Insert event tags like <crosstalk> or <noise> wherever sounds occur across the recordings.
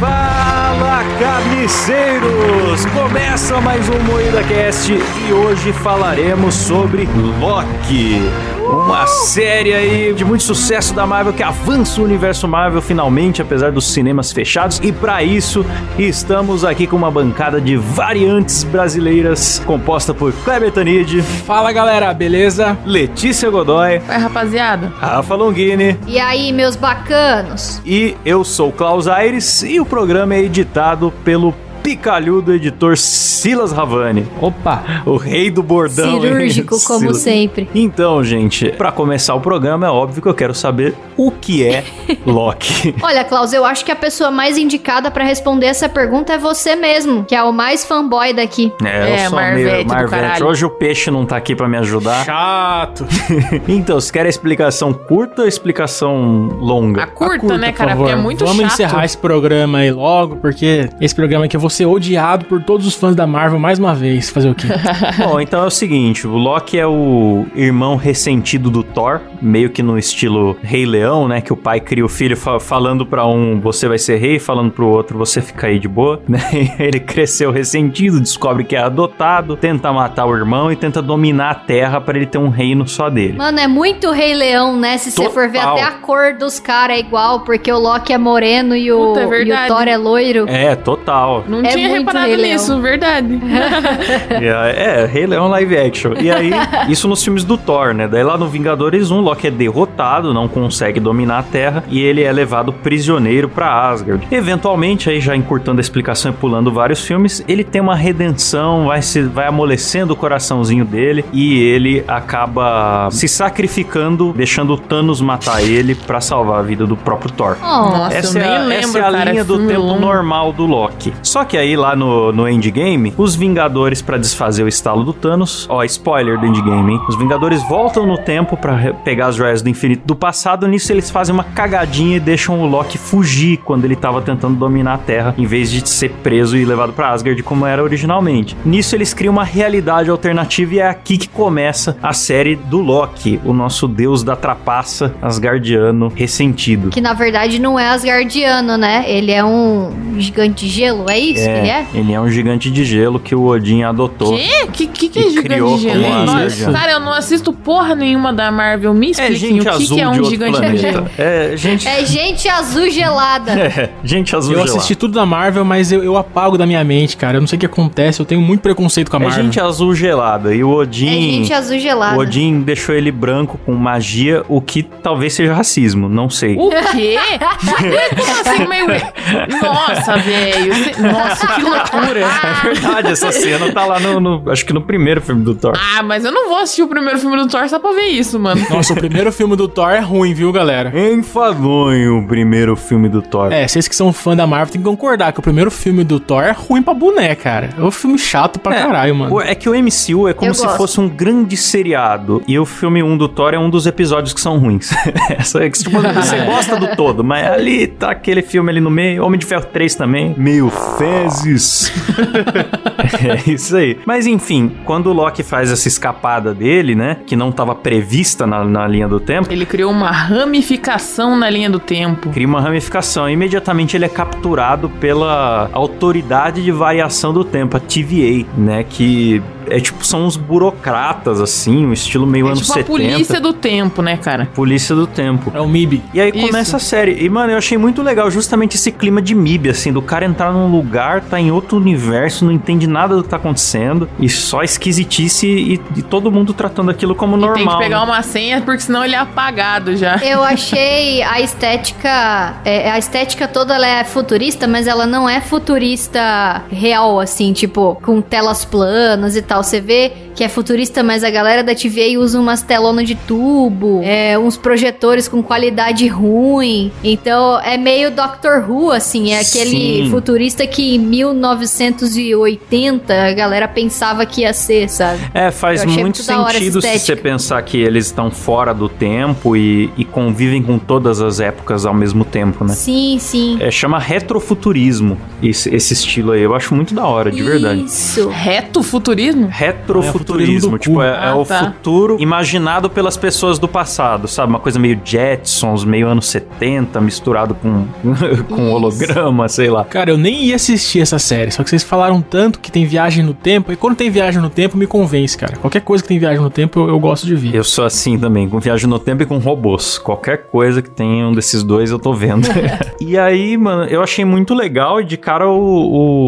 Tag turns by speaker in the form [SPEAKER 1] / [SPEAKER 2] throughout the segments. [SPEAKER 1] Fala carniceiros! Começa mais um Moída Cast e hoje falaremos sobre Loki. Uma série aí de muito sucesso da Marvel que avança o universo Marvel finalmente, apesar dos cinemas fechados. E para isso, estamos aqui com uma bancada de variantes brasileiras, composta por Kleber Tanid,
[SPEAKER 2] Fala galera, beleza?
[SPEAKER 1] Letícia Godoy,
[SPEAKER 3] Vai, rapaziada.
[SPEAKER 1] Rafa Longini,
[SPEAKER 4] E aí, meus bacanos?
[SPEAKER 1] E eu sou o Klaus Aires e o programa é editado pelo picalhudo editor Silas Ravani,
[SPEAKER 2] Opa!
[SPEAKER 1] o rei do bordão. hein? <laughs>
[SPEAKER 4] Cirúrgico, como
[SPEAKER 1] Silas.
[SPEAKER 4] sempre.
[SPEAKER 1] Então, gente, pra começar o programa, é óbvio que eu quero saber o que é Loki.
[SPEAKER 4] Olha, Klaus, eu acho que a pessoa mais indicada pra responder essa pergunta é você mesmo, que é o mais fanboy daqui.
[SPEAKER 3] É, Marvete do caralho.
[SPEAKER 1] Hoje o peixe não tá aqui pra me ajudar.
[SPEAKER 2] Chato!
[SPEAKER 1] Então, se quer a explicação curta ou explicação longa?
[SPEAKER 3] A curta, né,
[SPEAKER 2] por
[SPEAKER 3] cara? Porque é
[SPEAKER 2] favor.
[SPEAKER 3] muito
[SPEAKER 2] Vamos
[SPEAKER 3] chato.
[SPEAKER 2] encerrar esse programa aí logo, porque esse programa aqui eu vou ser odiado por todos os fãs da Marvel mais uma vez. Fazer
[SPEAKER 3] <laughs>
[SPEAKER 2] o quê?
[SPEAKER 1] Bom, então é o seguinte, o Loki é o irmão ressentido do Thor, meio que no estilo Rei Leão, né? Que o pai cria o filho fa- falando pra um você vai ser rei, falando pro outro você fica aí de boa, <laughs> né? Ele cresceu ressentido, descobre que é adotado, tenta matar o irmão e tenta dominar a terra pra ele ter um reino só dele.
[SPEAKER 4] Mano, é muito Rei Leão, né? Se você for ver,
[SPEAKER 1] Total.
[SPEAKER 4] até a cor dos caras é igual, porque o Loki é moreno e o,
[SPEAKER 3] Puta, é
[SPEAKER 4] e o
[SPEAKER 3] verdade.
[SPEAKER 4] Thor é loiro.
[SPEAKER 1] É, total.
[SPEAKER 3] Não
[SPEAKER 4] É
[SPEAKER 3] tinha
[SPEAKER 4] muito
[SPEAKER 3] reparado
[SPEAKER 4] Rei Leão.
[SPEAKER 3] nisso,
[SPEAKER 1] <laughs>
[SPEAKER 3] verdade.
[SPEAKER 1] É, é, Rei Leão live action. E aí, isso nos filmes do Thor, né? Daí lá no Vingadores 1, Loki é derrotado, não consegue dominar a Terra e ele é levado prisioneiro pra Asgard. Eventualmente, aí já encurtando a explicação e pulando vários filmes, ele tem uma redenção, vai se vai amolecendo o coraçãozinho dele e ele acaba se sacrificando, deixando o Thanos matar ele pra salvar a vida do próprio Thor.
[SPEAKER 4] Oh,
[SPEAKER 3] Nossa,
[SPEAKER 1] Essa
[SPEAKER 3] eu
[SPEAKER 1] é, a,
[SPEAKER 3] nem lembro,
[SPEAKER 1] essa é a
[SPEAKER 3] cara,
[SPEAKER 1] linha do
[SPEAKER 3] filme
[SPEAKER 1] tempo
[SPEAKER 3] longo.
[SPEAKER 1] normal do Loki. Só que aí lá no, no Endgame, os Vingadores, pra desfazer o estalo do Thanos, ó, spoiler do Endgame, hein? Os Vingadores voltam no tempo pra re- pegar as joias do infinito do passado. Nisso eles fazem uma cagadinha e deixam o Loki fugir quando ele tava tentando dominar a Terra, em vez de ser preso e levado pra Asgard como era originalmente. Nisso eles criam uma realidade alternativa e é aqui que começa a série do Loki, o nosso deus da trapaça asgardiano ressentido.
[SPEAKER 4] que na verdade não é asgardiano, né? Ele é um gigante de gelo, é isso que ele é?
[SPEAKER 1] Ele é um gigante de gelo que o Odin adotou.
[SPEAKER 3] Quê? Que, que, que é
[SPEAKER 1] E
[SPEAKER 3] gigante
[SPEAKER 1] criou
[SPEAKER 3] de gelo?
[SPEAKER 2] como
[SPEAKER 3] Nossa,
[SPEAKER 1] Asgard.
[SPEAKER 3] Cara, eu não assisto porra nenhuma da Marvel. Me
[SPEAKER 1] É
[SPEAKER 3] expliquem
[SPEAKER 1] gente
[SPEAKER 3] o que,
[SPEAKER 1] azul
[SPEAKER 3] que é
[SPEAKER 1] de
[SPEAKER 3] um
[SPEAKER 1] outro
[SPEAKER 3] gigante de gelo.
[SPEAKER 1] planeta. É gente,
[SPEAKER 4] É gente azul
[SPEAKER 1] <laughs>
[SPEAKER 4] gelada.
[SPEAKER 1] é, gente azul É
[SPEAKER 2] eu
[SPEAKER 1] gelada.
[SPEAKER 2] assisti tudo da Marvel, mas eu, eu apago da minha mente, cara. Eu não sei o que acontece, eu tenho muito preconceito com a
[SPEAKER 1] É
[SPEAKER 2] Marvel.
[SPEAKER 1] gente azul gelada. E o
[SPEAKER 4] É
[SPEAKER 1] Odin.
[SPEAKER 4] gente azul gelada.
[SPEAKER 1] o Odin deixou ele branco com magia, o que talvez seja racismo, não sei.
[SPEAKER 3] O quê? Como
[SPEAKER 1] <laughs>
[SPEAKER 3] assim, meio... Nossa, velho. Cê- Nossa, que loucura.
[SPEAKER 1] É verdade, essa cena tá lá no, no- Acho que no primeiro filme do Thor.
[SPEAKER 3] Ah, mas eu não vou assistir o primeiro filme do Thor só pra ver isso, mano.
[SPEAKER 2] Nossa, o primeiro filme do Thor é ruim, viu, galera?
[SPEAKER 1] Enfadonho o um primeiro filme do Thor.
[SPEAKER 2] É, vocês que são fã da Marvel tem que concordar que o primeiro filme do Thor é ruim pra boné, cara. É um filme chato pra
[SPEAKER 1] É,
[SPEAKER 2] caralho, mano.
[SPEAKER 1] Pô, É que o MCU é como
[SPEAKER 4] Eu
[SPEAKER 1] se
[SPEAKER 4] gosto.
[SPEAKER 1] fosse um grande seriado. E o filme 1 do Thor é um dos episódios que são ruins. <laughs> Essa é que, tipo, você gosta do todo, mas ali tá aquele filme ali no meio. Homem de Ferro 3 também. Meio fezes. <laughs> é isso aí. Mas enfim, quando o Loki faz essa escapada dele, né? Que não tava prevista na, na linha do tempo.
[SPEAKER 3] Ele criou uma ramificação na linha do tempo.
[SPEAKER 1] Cria uma ramificação. Imediatamente ele é capturado pela autoridade de variação do tempo, a TVA, né? Que é tipo, são uns burocratas, assim, um estilo meio
[SPEAKER 3] é
[SPEAKER 1] anos
[SPEAKER 3] tipo
[SPEAKER 1] 70.
[SPEAKER 3] a polícia do tempo, né, cara?
[SPEAKER 1] Polícia do tempo.
[SPEAKER 2] É o MIB.
[SPEAKER 1] E aí
[SPEAKER 3] Isso.
[SPEAKER 1] começa a série. E, mano, eu achei muito legal justamente esse clima de MIB, assim, do cara entrar num lugar, tá em outro universo, não entende nada do que tá acontecendo, e só esquisitice e, e todo mundo tratando aquilo como normal.
[SPEAKER 3] E tem que
[SPEAKER 1] né?
[SPEAKER 3] pegar uma senha, porque senão ele é apagado já.
[SPEAKER 4] Eu achei a estética. é, a estética toda ela é futurista, mas ela não é futurista real, assim, tipo, com telas planas e tal. Você vê que é futurista, mas a galera da TVA usa umas telonas de tubo, é, uns projetores com qualidade ruim. Então é meio Doctor Who, assim, é aquele
[SPEAKER 1] Sim.
[SPEAKER 4] futurista que em 1980 a galera pensava que ia ser, sabe?
[SPEAKER 1] É, faz
[SPEAKER 4] Eu achei
[SPEAKER 1] muito
[SPEAKER 4] muito da hora essa
[SPEAKER 1] sentido se você
[SPEAKER 4] estética.
[SPEAKER 1] pensar que eles estão fora do tempo e, e convivem com todas as épocas ao mesmo tempo, né?
[SPEAKER 4] Sim, sim.
[SPEAKER 1] É, chama retrofuturismo esse, esse estilo aí. Eu acho muito da hora, É, de verdade.
[SPEAKER 4] Isso. É
[SPEAKER 3] Reto futurismo?
[SPEAKER 1] Retrofuturismo.
[SPEAKER 2] futurismo
[SPEAKER 1] futurismo.
[SPEAKER 2] do
[SPEAKER 1] Tipo,
[SPEAKER 2] cu.
[SPEAKER 1] é,
[SPEAKER 3] Ah,
[SPEAKER 1] é o
[SPEAKER 3] tá.
[SPEAKER 1] futuro imaginado pelas pessoas do passado, sabe? Uma coisa meio Jetsons, meio anos 70, misturado com, <laughs> com holograma, sei lá.
[SPEAKER 2] Cara, eu nem ia assistir essa série, só que vocês falaram tanto que tem viagem no tempo, e quando tem viagem no tempo, me convence, cara. Qualquer coisa que tem viagem no tempo, eu, eu gosto de ver.
[SPEAKER 1] Eu sou assim também, com viagem no tempo e com robôs. Qualquer coisa que tenha um desses dois, eu tô vendo. e aí, mano, eu achei muito legal. E de cara, o,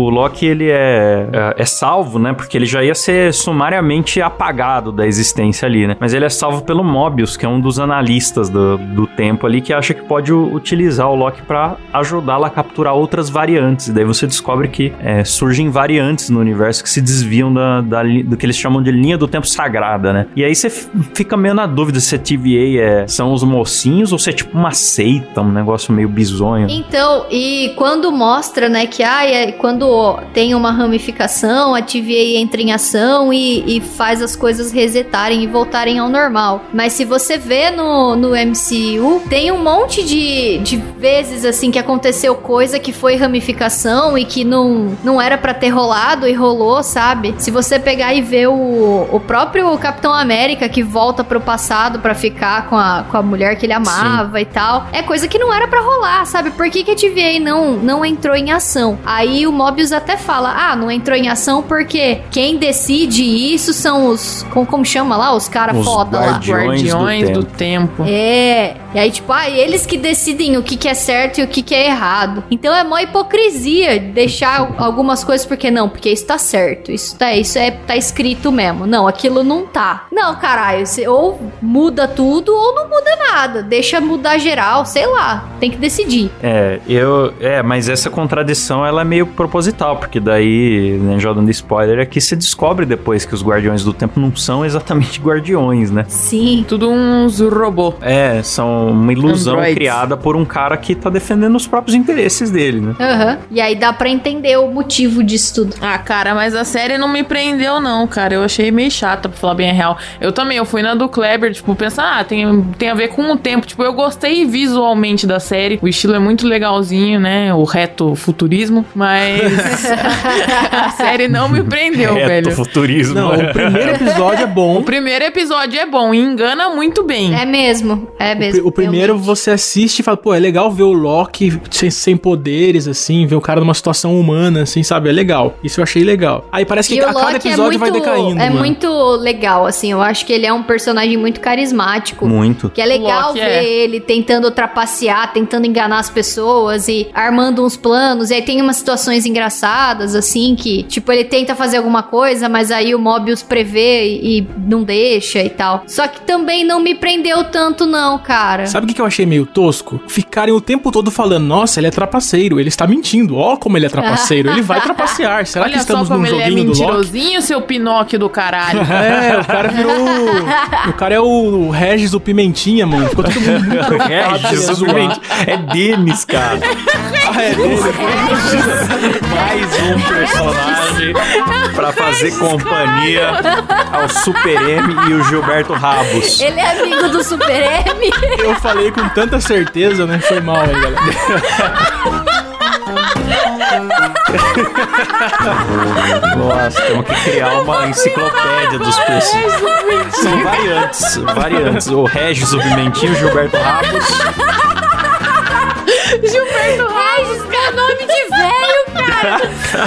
[SPEAKER 1] o Loki, ele é, é, é salvo, né? Porque ele já ia ser sumariamente apagado da existência ali, né? Mas ele é salvo pelo Mobius, que é um dos analistas do, do tempo ali, que acha que pode u- utilizar o Loki pra ajudá-la a capturar outras variantes. E daí você descobre que é, surgem variantes no universo que se desviam da, da li- do que eles chamam de linha do tempo sagrada, né? E aí você f- fica meio na dúvida se a TVA é, são os mocinhos ou se é tipo uma seita, um negócio meio bizonho.
[SPEAKER 4] Então, e quando mostra, né, que ai, é- quando tem uma ramificação, a TVA entra em ação e, e faz as coisas resetarem e voltarem ao normal. Mas se você vê no, no MCU, tem um monte de, de vezes, assim, que aconteceu coisa que foi ramificação e que não, não era pra ter rolado e rolou, sabe? Se você pegar e ver o, o próprio Capitão América que volta pro passado pra ficar com a, com a mulher que ele amava e tal, é coisa que não era pra rolar, sabe? Por que, que a TVA não, não entrou em ação? Aí o Mobius até fala: ah, não entrou em ação porque quem decide isso são os. Como, como chama lá? Os caras
[SPEAKER 1] Os
[SPEAKER 4] foda lá.
[SPEAKER 1] guardi- Guardiões do
[SPEAKER 3] Guardiões do tempo.
[SPEAKER 4] É, e aí tipo, ah, eles que decidem o que, que é certo e o que, que é errado. Então é mó hipocrisia deixar algumas coisas porque não, porque isso tá certo, isso tá, isso é tá escrito mesmo. Não, aquilo não tá. Não, caralho, você ou muda tudo ou não muda nada. Deixa mudar geral, sei lá. Tem que decidir.
[SPEAKER 1] É, eu. É, mas essa contradição ela é meio proposital, porque daí, né, já dando spoiler aqui, você descobre depois que os Guardiões do Tempo não são exatamente <laughs> guardiões, né?
[SPEAKER 4] Sim.
[SPEAKER 3] Tudo uns robô.
[SPEAKER 1] É, são uma ilusão
[SPEAKER 3] Androids.
[SPEAKER 1] criada por um cara que tá defendendo os próprios interesses dele, né?
[SPEAKER 4] Aham. E aí dá pra entender o motivo disso
[SPEAKER 3] <laughs>
[SPEAKER 4] tudo.
[SPEAKER 3] Ah, cara, mas a série não me prendeu, não, cara. Eu achei meio chata, pra falar bem a real. Eu também, eu fui na do Kleber, tipo, pensar, ah, tem, tem a ver com o tempo. Tipo, eu gostei visualmente da série. O estilo é muito legalzinho, né? O reto futurismo.
[SPEAKER 1] <laughs>
[SPEAKER 3] Mas <laughs> a série não me prendeu,
[SPEAKER 1] Reto
[SPEAKER 3] velho.
[SPEAKER 1] É, futurismo. né? <laughs>
[SPEAKER 2] Não, o primeiro episódio
[SPEAKER 3] <laughs>
[SPEAKER 2] é
[SPEAKER 3] O
[SPEAKER 2] bom.
[SPEAKER 3] primeiro episódio é bom, e engana muito bem.
[SPEAKER 4] É mesmo, é
[SPEAKER 2] O
[SPEAKER 4] mesmo.
[SPEAKER 2] pri- O primeiro você assiste e fala, pô, é legal ver o Loki sem, sem poderes, assim, ver o cara numa situação humana, assim, sabe? É legal. Isso eu achei legal. Aí parece que
[SPEAKER 4] E
[SPEAKER 2] a
[SPEAKER 4] o
[SPEAKER 2] cada
[SPEAKER 4] Loki é
[SPEAKER 2] episódio
[SPEAKER 4] muito,
[SPEAKER 2] vai decaindo.
[SPEAKER 4] é
[SPEAKER 2] mano.
[SPEAKER 4] muito legal, assim. Eu acho que ele é um personagem muito carismático.
[SPEAKER 1] Muito.
[SPEAKER 4] Que é legal
[SPEAKER 3] Loki,
[SPEAKER 4] ver
[SPEAKER 3] é.
[SPEAKER 4] ele tentando trapacear, tentando enganar as pessoas e armando uns planos. E aí tem umas situações engraçadas, assim, que, tipo, ele tenta fazer alguma coisa, mas aí o Mobius prevê e, e não deixa e tal. Só que também não me prendeu tanto, não, cara.
[SPEAKER 2] Sabe o que que eu achei meio tosco? Ficarem o tempo todo falando, nossa, ele é trapaceiro, ele está mentindo, ó como ele é trapaceiro, ele
[SPEAKER 4] <laughs>
[SPEAKER 2] vai trapacear. Será que
[SPEAKER 3] Olha só
[SPEAKER 2] estamos num
[SPEAKER 3] como ele é
[SPEAKER 2] joguinho do Loki?
[SPEAKER 3] mentirosinho, seu Pinóquio do
[SPEAKER 2] <laughs>
[SPEAKER 3] caralho.
[SPEAKER 2] É, o cara virou. o cara é o Regis o Pimentinha, mano. Ficou todo mundo <laughs> muito preocupado.
[SPEAKER 1] É, Jesus,
[SPEAKER 2] zoar.
[SPEAKER 1] gente, é Denis, cara.
[SPEAKER 2] Ah, é dele.
[SPEAKER 1] Mais um personagem pra fazer companhia ao Super M e o Gilberto Rabos.
[SPEAKER 4] Ele é amigo do Super M.
[SPEAKER 2] Eu falei com tanta certeza, né? Foi mal aí, galera.
[SPEAKER 4] é um
[SPEAKER 1] Nossa, temos que criar uma enciclopédia dos personagens.
[SPEAKER 3] É
[SPEAKER 1] São variantes, variantes. O Regis, o Pimentinho, o Gilberto Rabos.
[SPEAKER 4] Gilberto Regis, é nome de velho, cara.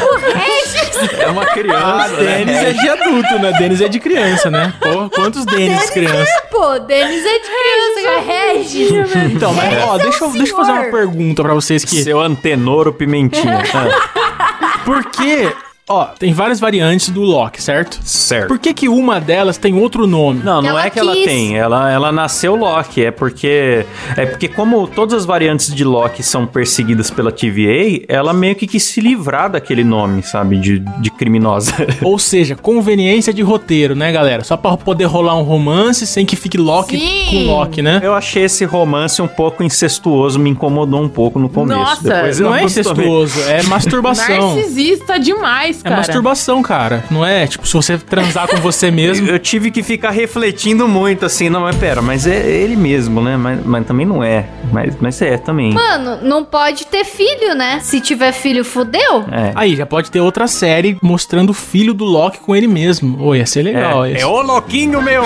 [SPEAKER 4] O Regis.
[SPEAKER 1] É uma
[SPEAKER 2] Ah,
[SPEAKER 1] criança,
[SPEAKER 2] Denis
[SPEAKER 1] né?
[SPEAKER 2] é de adulto, né? Denis é de criança, né? Porra, quantos Denis criança?
[SPEAKER 4] é, Pô, Denis é de criança, cara. Regis. é
[SPEAKER 2] Então, mas, ó, deixa eu, deixa eu fazer uma
[SPEAKER 4] senhor.
[SPEAKER 2] pergunta pra vocês que.
[SPEAKER 1] Seu antenor, o Pimentinha. Ah,
[SPEAKER 2] Porque, ó, tem várias variantes do Loki, certo?
[SPEAKER 1] certo.
[SPEAKER 2] Por que que uma delas tem outro nome?
[SPEAKER 1] Não, não
[SPEAKER 4] Ela
[SPEAKER 1] é que ela
[SPEAKER 4] quis.
[SPEAKER 1] tem. Ela, ela nasceu Loki. É porque. É porque, como todas as variantes de Loki são perseguidas pela TVA, ela meio que quis se livrar daquele nome, sabe? De, de criminosa. <laughs>
[SPEAKER 2] Ou seja, conveniência de roteiro, né, galera? Só pra poder rolar um romance sem que fique Loki
[SPEAKER 3] Sim.
[SPEAKER 2] com Loki, né?
[SPEAKER 1] Eu achei esse romance um pouco incestuoso, me incomodou um pouco no começo.
[SPEAKER 3] Nossa,
[SPEAKER 1] Depois eu
[SPEAKER 2] Não é
[SPEAKER 1] acostumei. <laughs>
[SPEAKER 2] incestuoso, é masturbação.
[SPEAKER 3] Narcisista demais, isso,
[SPEAKER 2] É
[SPEAKER 3] cara?
[SPEAKER 2] masturbação, cara. Não é, tipo, se você transar com
[SPEAKER 1] <laughs>
[SPEAKER 2] você mesmo.
[SPEAKER 1] Eu tive que ficar refletindo muito, assim, não, mas pera, mas é ele mesmo, né? Mas, mas também não é. Mas, mas é também.
[SPEAKER 4] Mano, não pode ter filho, né? Se tiver filho, fudeu.
[SPEAKER 1] É.
[SPEAKER 2] Aí, já pode ter outra série mostrando o filho do Loki com ele mesmo. Ô, ia ser legal.
[SPEAKER 1] é,
[SPEAKER 2] ia
[SPEAKER 1] é
[SPEAKER 2] ser-
[SPEAKER 1] o louquinho meu!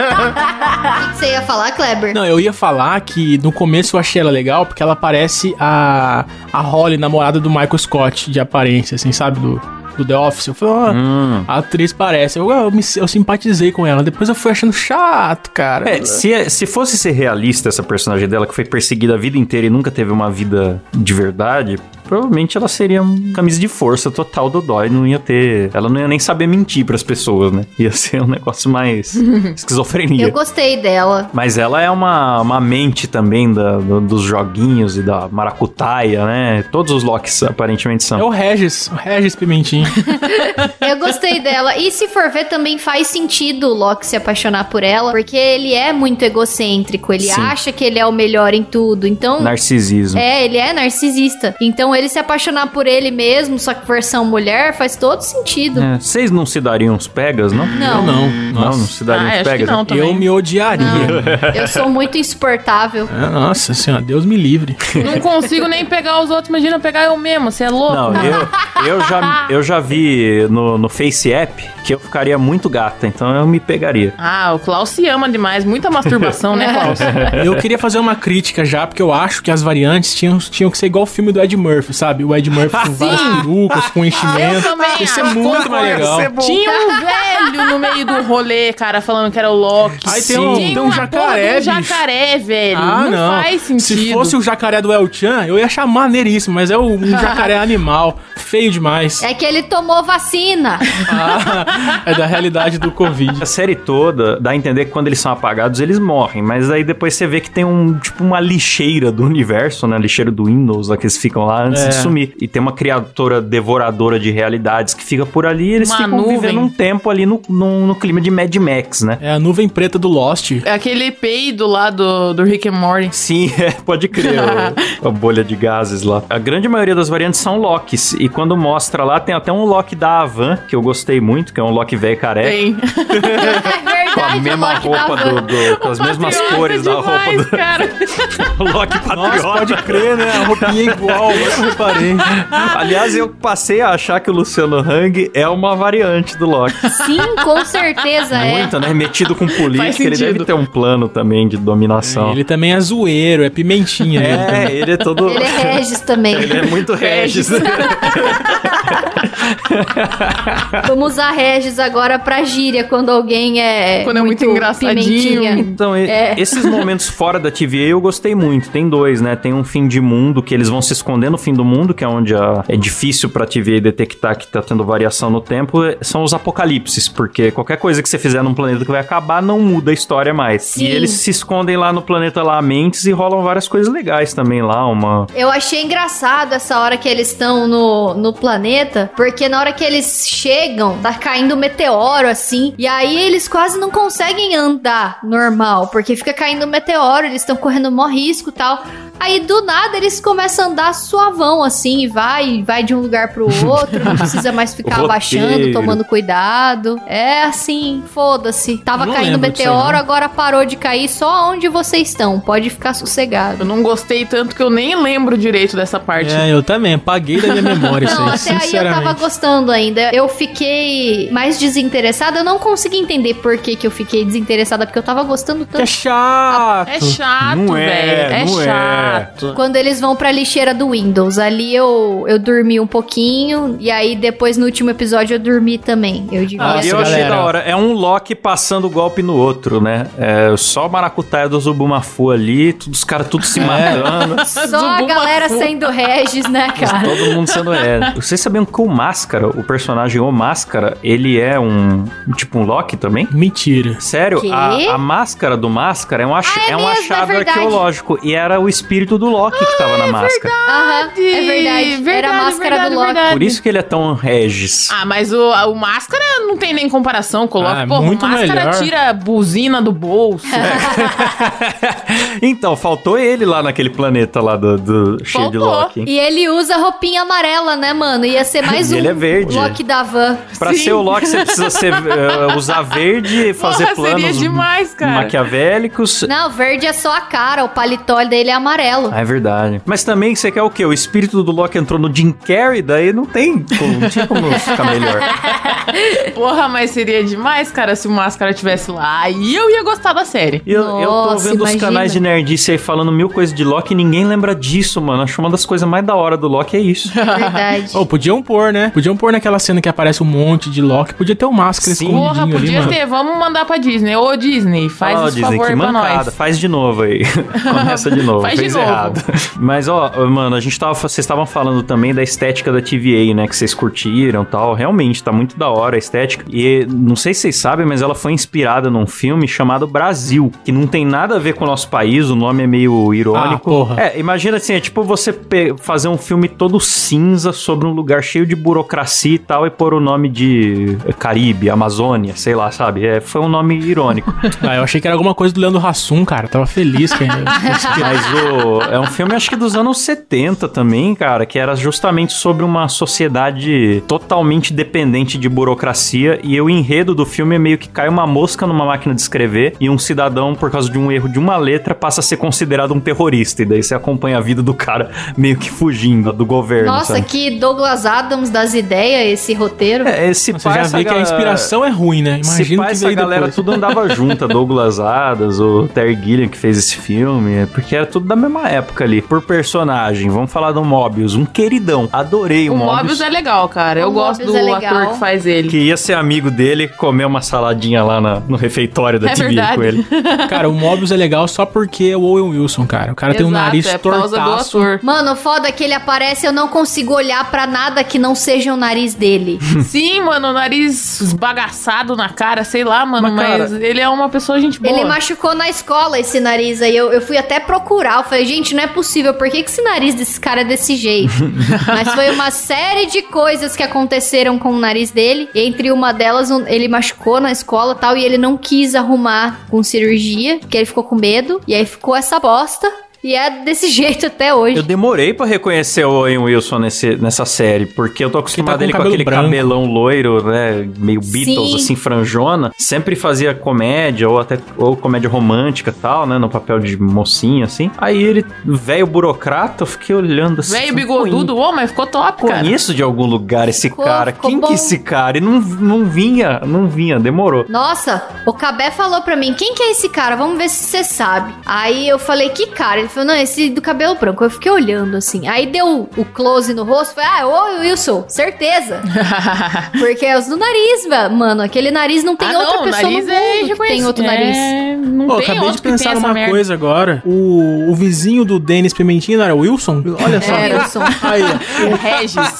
[SPEAKER 4] O que que você ia falar, Kleber?
[SPEAKER 2] Não, eu ia falar que no começo eu achei ela legal porque ela parece a, a Holly, namorada do Michael Scott, de aparência, assim, sabe? Do, do The Office. Eu falei, "Ah, ó,
[SPEAKER 1] Hum.
[SPEAKER 2] a atriz parece. Eu, eu, me- eu simpatizei com ela. Depois eu fui achando chato, cara.
[SPEAKER 3] Uhum.
[SPEAKER 1] É, se, se fosse ser realista essa personagem dela, que foi perseguida a vida inteira e nunca teve uma vida de verdade, provavelmente ela seria um camisa de força total do Dói. Não ia ter. Ela não ia nem saber mentir pras pessoas, né? Ia ser um negócio
[SPEAKER 3] <laughs>
[SPEAKER 1] mais esquizofrenia.
[SPEAKER 4] Eu gostei dela.
[SPEAKER 1] Mas ela é uma, uma mente também da, do- dos joguinhos e da maracutaia, né? Todos os Locks aparentemente são.
[SPEAKER 2] É o Regis, o Regis
[SPEAKER 3] <laughs>
[SPEAKER 2] Pimentinho.
[SPEAKER 4] Eu gostei dela. E se for ver, também faz sentido o Loki se apaixonar por ela, porque ele é muito egocêntrico. Ele
[SPEAKER 1] Sim.
[SPEAKER 4] acha que ele é o melhor em tudo. Então.
[SPEAKER 1] Narcisismo.
[SPEAKER 4] É, ele é narcisista. Então ele se apaixonar por ele mesmo, só que versão mulher, faz todo sentido.
[SPEAKER 1] É, Vocês não se dariam uns pegas, não?
[SPEAKER 2] Não,
[SPEAKER 4] Não,
[SPEAKER 2] não.
[SPEAKER 1] Não, não
[SPEAKER 2] Nossa.
[SPEAKER 1] se dariam
[SPEAKER 3] Ah,
[SPEAKER 1] uns
[SPEAKER 3] acho
[SPEAKER 1] pegas. é
[SPEAKER 3] que não também.
[SPEAKER 2] eu me odiaria.
[SPEAKER 4] eu sou muito insuportável.
[SPEAKER 2] É, Nossa senhora, Deus me livre.
[SPEAKER 3] Não consigo nem pegar os outros, imagina pegar eu mesmo, você é louco?
[SPEAKER 1] Não, eu, eu, já, eu já vi no, no Face App que eu ficaria muito gata, então eu me pegaria.
[SPEAKER 3] Ah, o Klaus se ama demais, muita masturbação,
[SPEAKER 2] <laughs>
[SPEAKER 3] né, Klaus?
[SPEAKER 2] Eu queria fazer uma crítica já, porque eu acho que as variantes tinham, tinham que ser igual o filme do Ed Murphy, sabe? O Ed Murphy com várias perucas, com
[SPEAKER 3] Ah, Eu
[SPEAKER 2] enchimento.
[SPEAKER 3] também
[SPEAKER 2] Isso é
[SPEAKER 3] acho.
[SPEAKER 2] muito mais legal.
[SPEAKER 3] Tinha um velho no meio do rolê, cara, falando que era o Loki.
[SPEAKER 2] Aí tem
[SPEAKER 3] Sim.
[SPEAKER 2] um-
[SPEAKER 3] Tinha
[SPEAKER 2] tem um
[SPEAKER 3] uma
[SPEAKER 2] jacaré,
[SPEAKER 3] porra de um
[SPEAKER 2] bicho. Ah,
[SPEAKER 3] jacaré, velho. Ah, não, faz sentido.
[SPEAKER 2] Se fosse o jacaré do El Chan, eu ia achar maneiríssimo, mas é o-
[SPEAKER 3] <laughs>
[SPEAKER 2] um jacaré animal, feio demais.
[SPEAKER 4] É que ele
[SPEAKER 1] <laughs>
[SPEAKER 4] tomou vacina.
[SPEAKER 2] Ah, é da realidade do Covid.
[SPEAKER 1] A série toda dá a entender que quando eles são apagados, eles morrem. Mas aí depois você vê que tem um tipo uma lixeira do universo, né? Lixeira do Windows, lá que eles ficam lá antes
[SPEAKER 2] É.
[SPEAKER 1] de sumir. E tem uma criatura devoradora de realidades que fica por ali e eles
[SPEAKER 3] Uma
[SPEAKER 1] ficam
[SPEAKER 3] nuvem.
[SPEAKER 1] vivendo um tempo ali no, no, no clima de Mad Max, né?
[SPEAKER 2] É a nuvem preta do Lost.
[SPEAKER 3] Aquele peido lá do, do Rick and Morty.
[SPEAKER 1] Sim, <laughs> é, pode crer. o- a bolha de gases lá. A grande maioria das variantes são Locks. E quando mostra lá, tem até um Loki da Havan, que eu gostei muito, que é um Loki velho careca.
[SPEAKER 3] Tem.
[SPEAKER 4] É verdade,
[SPEAKER 1] Com a
[SPEAKER 4] o
[SPEAKER 1] mesma
[SPEAKER 4] Loki
[SPEAKER 1] roupa do,
[SPEAKER 4] tava-
[SPEAKER 1] do- com as mesmas
[SPEAKER 3] Patriota
[SPEAKER 1] cores da roupa <laughs>
[SPEAKER 3] demais,
[SPEAKER 1] do
[SPEAKER 2] <laughs>
[SPEAKER 3] cara.
[SPEAKER 1] Loki
[SPEAKER 2] Nossa,
[SPEAKER 1] Patriota.
[SPEAKER 2] pode crer, né? A roupinha é igual, mas eu reparei.
[SPEAKER 1] Aliás, eu passei a achar que o Luciano Hang é uma variante do Loki.
[SPEAKER 4] Sim, com certeza é.
[SPEAKER 1] Muito, né? Metido com política, ele
[SPEAKER 3] sentido.
[SPEAKER 1] deve ter um plano também de dominação.
[SPEAKER 2] Ele também é zoeiro, é pimentinha. ele também.
[SPEAKER 1] É, ele é todo... <laughs>
[SPEAKER 4] <laughs> Ele é Regis também.
[SPEAKER 1] Ele é muito Regis.
[SPEAKER 4] Vamos usar Regis agora pra gíria quando alguém é.
[SPEAKER 3] Quando é muito engraçadinho.
[SPEAKER 4] pimentinha.
[SPEAKER 1] Então, e-
[SPEAKER 4] É.
[SPEAKER 1] esses momentos fora da TVA eu gostei muito. Tem dois, né? Tem um fim de mundo que eles vão se esconder no fim do mundo, que é onde a- é difícil pra TVA detectar que tá tendo variação no tempo. é- São os apocalipses, porque qualquer coisa que você fizer num planeta que vai acabar não muda a história mais.
[SPEAKER 4] Sim.
[SPEAKER 1] E eles se escondem lá no planeta lá mentes e rolam várias coisas legais também lá. Uma.
[SPEAKER 4] Eu achei engraçado essa hora que eles estão no, no planeta, porque na hora que eles chegam, tá caindo um meteoro assim, e aí eles quase não conseguem andar normal, porque fica caindo um meteoro, eles estão correndo mó risco e tal. Aí do nada eles começam a andar suavão assim, e vai, e vai de um lugar
[SPEAKER 2] <laughs>
[SPEAKER 4] pro outro, não precisa mais ficar
[SPEAKER 1] Roteiro.
[SPEAKER 4] abaixando, tomando cuidado. É assim, foda-se. Tava
[SPEAKER 2] Não
[SPEAKER 4] caindo
[SPEAKER 2] lembro disso aí,
[SPEAKER 4] meteoro,
[SPEAKER 2] não.
[SPEAKER 4] agora parou de cair só onde vocês estão, pode ficar sossegado.
[SPEAKER 3] Eu não gostei tanto que eu nem lembro direito dessa parte.
[SPEAKER 2] É, eu também. Apaguei da minha memória isso
[SPEAKER 4] Não,
[SPEAKER 2] aí,
[SPEAKER 4] até aí eu tava
[SPEAKER 2] sinceramente.
[SPEAKER 4] gostando ainda. Eu fiquei mais desinteressada. Eu não consegui entender por que, que eu fiquei desinteressada, porque eu tava gostando
[SPEAKER 2] Que é
[SPEAKER 4] tanto.
[SPEAKER 2] chato.
[SPEAKER 3] É chato,
[SPEAKER 1] Não é,
[SPEAKER 3] velho. É,
[SPEAKER 1] não é.
[SPEAKER 3] chato.
[SPEAKER 4] Quando eles vão pra lixeira do Windows, ali eu, eu dormi um pouquinho, e aí depois no último episódio eu dormi também. Eu devia.
[SPEAKER 2] Ah,
[SPEAKER 1] e eu
[SPEAKER 2] Nossa,
[SPEAKER 1] achei
[SPEAKER 2] galera.
[SPEAKER 1] da hora. É um Loki passando o golpe no outro, né? É só o maracutaia do Zubumafu ali, tudo- os caras tudo se matando. <laughs>
[SPEAKER 4] Só a
[SPEAKER 3] Zubumafu.
[SPEAKER 4] galera sendo Regis, né, cara?
[SPEAKER 1] Todo mundo sendo é. Vocês sabiam que o Máscara, o personagem O Máscara, ele é um. Tipo um Loki também?
[SPEAKER 2] Mentira.
[SPEAKER 1] Sério,
[SPEAKER 4] Quê?
[SPEAKER 1] a, a máscara do Máscara é um, ach- é um
[SPEAKER 3] Ah,
[SPEAKER 4] mesmo, é
[SPEAKER 1] achado
[SPEAKER 4] verdade.
[SPEAKER 1] arqueológico. E era o espírito do Loki que
[SPEAKER 3] Ah,
[SPEAKER 1] tava na
[SPEAKER 3] é
[SPEAKER 1] máscara.
[SPEAKER 4] Aham, é verdade. Era a máscara do Loki.
[SPEAKER 1] Por isso que ele é tão Regis.
[SPEAKER 3] Ah, mas o, a- o máscara não tem nem comparação, coloca.
[SPEAKER 2] Ah,
[SPEAKER 3] Pô,
[SPEAKER 2] muito
[SPEAKER 3] o máscara
[SPEAKER 2] melhor.
[SPEAKER 3] tira a buzina do
[SPEAKER 4] <laughs>
[SPEAKER 3] bolso.
[SPEAKER 1] <laughs> então, faltou ele lá naquele planeta lá do, do- cheio de
[SPEAKER 3] Faltou.
[SPEAKER 1] Loki. hein?
[SPEAKER 4] E ele usa roupinha amarela, né, mano? Ia ser mais
[SPEAKER 1] E
[SPEAKER 4] um
[SPEAKER 1] ele é verde.
[SPEAKER 4] Loki da van.
[SPEAKER 1] Pra
[SPEAKER 3] Sim.
[SPEAKER 1] ser o Loki, você precisa
[SPEAKER 3] <laughs>
[SPEAKER 1] ser, eh, usar verde, fazer
[SPEAKER 3] Porra,
[SPEAKER 1] planos
[SPEAKER 3] seria demais, cara.
[SPEAKER 1] maquiavélicos.
[SPEAKER 4] Não, verde é só a cara, o paletó dele é amarelo.
[SPEAKER 1] Ah, é verdade. Mas também você quer o quê? O espírito do Loki entrou no Jim Carrey, daí não tem como, não tinha como ficar melhor.
[SPEAKER 3] Porra, mas seria demais, cara, se o máscara tivesse lá. Aí eu ia gostar da série.
[SPEAKER 1] E Eu, eu tô
[SPEAKER 4] Nossa,
[SPEAKER 1] vendo os
[SPEAKER 4] imagina.
[SPEAKER 1] canais de nerdice aí falando mil coisas de Loki e ninguém lembra disso, mano. Acho uma das coisas mais da hora do Loki é isso. <laughs>
[SPEAKER 4] Verdade.
[SPEAKER 2] Oh, podiam pôr, né? Podiam pôr naquela cena que aparece um monte de Loki. Podia ter o um máscara
[SPEAKER 1] Sim.
[SPEAKER 2] escondidinho
[SPEAKER 3] Porra,
[SPEAKER 2] ali,
[SPEAKER 3] podia
[SPEAKER 2] mano.
[SPEAKER 3] ter. Vamos mandar pra Disney. Ô, Disney, faz
[SPEAKER 1] Ó,
[SPEAKER 3] esse favor pra nós.
[SPEAKER 1] Faz de novo
[SPEAKER 3] <laughs>
[SPEAKER 1] aí. Começa de novo.
[SPEAKER 3] Faz de
[SPEAKER 1] Fez
[SPEAKER 3] novo.
[SPEAKER 1] errado. Mas, ó, mano, a gente tava. Vocês estavam falando também da estética da TVA, né? Que vocês curtiram e tal. Realmente, tá muito da hora a estética. E não sei se vocês sabem, mas ela foi inspirada num filme chamado Brasil, que não tem nada a ver com o nosso país, o nome é meio
[SPEAKER 2] Ah,
[SPEAKER 1] irônico.
[SPEAKER 2] porra.
[SPEAKER 1] É, imagina assim, é tipo você pe- fazer um filme todo cinza sobre um lugar cheio de burocracia e tal e pôr o nome de é, Caribe, Amazônia, sei lá, sabe? É, foi um nome irônico.
[SPEAKER 2] Ah, eu achei que era alguma coisa do Leandro Hassum, cara. Tava feliz que <laughs>
[SPEAKER 1] Mas o, é um filme, acho que dos anos 70 também, cara, que era justamente sobre uma sociedade totalmente dependente de burocracia. E o enredo do filme é meio que cai uma mosca numa máquina de escrever e um cidadão, por causa de um erro de uma letra, passa a ser considerado um terrorista. E daí você acompanha a vida do cara meio que fugindo do governo.
[SPEAKER 4] Nossa,
[SPEAKER 1] sabe?
[SPEAKER 4] que Douglas Adams das ideias, esse roteiro.
[SPEAKER 1] É, esse
[SPEAKER 2] Você
[SPEAKER 1] pai,
[SPEAKER 2] já
[SPEAKER 1] essa
[SPEAKER 2] vê que a
[SPEAKER 1] ga-
[SPEAKER 2] inspiração é ruim, né?
[SPEAKER 1] Se
[SPEAKER 2] Imagina
[SPEAKER 1] pá,
[SPEAKER 2] que
[SPEAKER 1] essa
[SPEAKER 2] veio
[SPEAKER 1] galera
[SPEAKER 2] depois.
[SPEAKER 1] tudo andava junta, Douglas Adams, o Terry Gilliam que fez esse filme, é, porque era tudo da mesma época ali. Por personagem, vamos falar do Mobius, um queridão. Adorei o,
[SPEAKER 3] O
[SPEAKER 1] um Mobius.
[SPEAKER 3] Mobius é legal, cara. Eu
[SPEAKER 4] O
[SPEAKER 3] gosto
[SPEAKER 4] Mobius
[SPEAKER 3] do
[SPEAKER 4] é legal.
[SPEAKER 3] ator que faz ele.
[SPEAKER 1] Que ia ser amigo dele, comer uma saladinha lá na- no refeitório da
[SPEAKER 3] É
[SPEAKER 1] TV
[SPEAKER 3] verdade.
[SPEAKER 1] com ele.
[SPEAKER 3] <laughs>
[SPEAKER 2] Cara, o Mobius é legal só porque é o Owen Wilson, cara. O cara tem um
[SPEAKER 3] Exato,
[SPEAKER 2] nariz
[SPEAKER 3] é por causa do
[SPEAKER 2] tortaço. <laughs>
[SPEAKER 3] ator.
[SPEAKER 4] Mano, o foda é que ele aparece, eu não consigo olhar pra nada que não seja o
[SPEAKER 1] <laughs>
[SPEAKER 4] nariz dele.
[SPEAKER 3] Sim, mano, o nariz esbagaçado na cara, sei lá, mano,
[SPEAKER 1] Mas,
[SPEAKER 3] mas,
[SPEAKER 1] cara,
[SPEAKER 3] ele é uma pessoa gente boa.
[SPEAKER 4] Ele machucou na escola esse nariz aí. Eu, eu fui até procurar. Eu falei, gente, não é possível. Por que, que esse nariz desse cara é desse
[SPEAKER 1] <laughs>
[SPEAKER 4] jeito? Mas foi uma série de coisas que aconteceram com o nariz dele. E entre uma delas, um- ele machucou na escola e tal. E ele não quis arrumar com cirurgia, porque ele ficou com medo. E aí ficou essa bosta. E é desse <laughs> jeito até hoje.
[SPEAKER 1] Eu demorei pra reconhecer o Owen Wilson nesse- nessa série, porque eu tô acostumado
[SPEAKER 2] tá com
[SPEAKER 1] ele com
[SPEAKER 2] cabelo
[SPEAKER 1] aquele
[SPEAKER 2] branco.
[SPEAKER 1] cabelão loiro, né? Meio Beatles,
[SPEAKER 4] Sim.
[SPEAKER 1] assim, franjona. Sempre fazia comédia, ou até ou comédia romântica e tal, né? No papel de mocinha, assim. Aí ele, velho burocrata, eu fiquei olhando assim.
[SPEAKER 3] Velho
[SPEAKER 1] falei,
[SPEAKER 3] bigodudo, ô, mas ficou top,
[SPEAKER 1] "Conhe-
[SPEAKER 3] cara.
[SPEAKER 1] Conheço de algum lugar esse
[SPEAKER 4] Ficou-
[SPEAKER 1] cara.
[SPEAKER 4] ficou
[SPEAKER 1] Quem
[SPEAKER 4] bom.
[SPEAKER 1] que é esse cara? E não, não vinha, não vinha, demorou.
[SPEAKER 4] Nossa, o Cabé falou pra mim, quem que é esse cara? Vamos ver se você sabe. Aí eu falei, que cara? Ele falou, não, esse do cabelo branco. Eu fiquei olhando assim. Aí deu o close no rosto, falei, ah, ô Wilson, certeza. Porque é os do nariz, va- mano. Aquele nariz não <laughs> tem
[SPEAKER 3] Ah,
[SPEAKER 4] outra
[SPEAKER 3] não, o
[SPEAKER 4] pessoa
[SPEAKER 3] nariz
[SPEAKER 4] no
[SPEAKER 3] é
[SPEAKER 4] mundo que tem
[SPEAKER 3] reconhecido.
[SPEAKER 4] outro nariz.
[SPEAKER 3] É, não
[SPEAKER 2] Pô,
[SPEAKER 3] tem
[SPEAKER 2] acabei
[SPEAKER 3] outro
[SPEAKER 2] de pensar
[SPEAKER 3] que tem
[SPEAKER 2] numa
[SPEAKER 3] essa merda.
[SPEAKER 2] coisa agora. O, o vizinho do Denis Pimentina era o Wilson? Olha só.
[SPEAKER 4] É, Wilson.
[SPEAKER 2] Aí, ó.
[SPEAKER 3] O <laughs> Regis.
[SPEAKER 1] <laughs>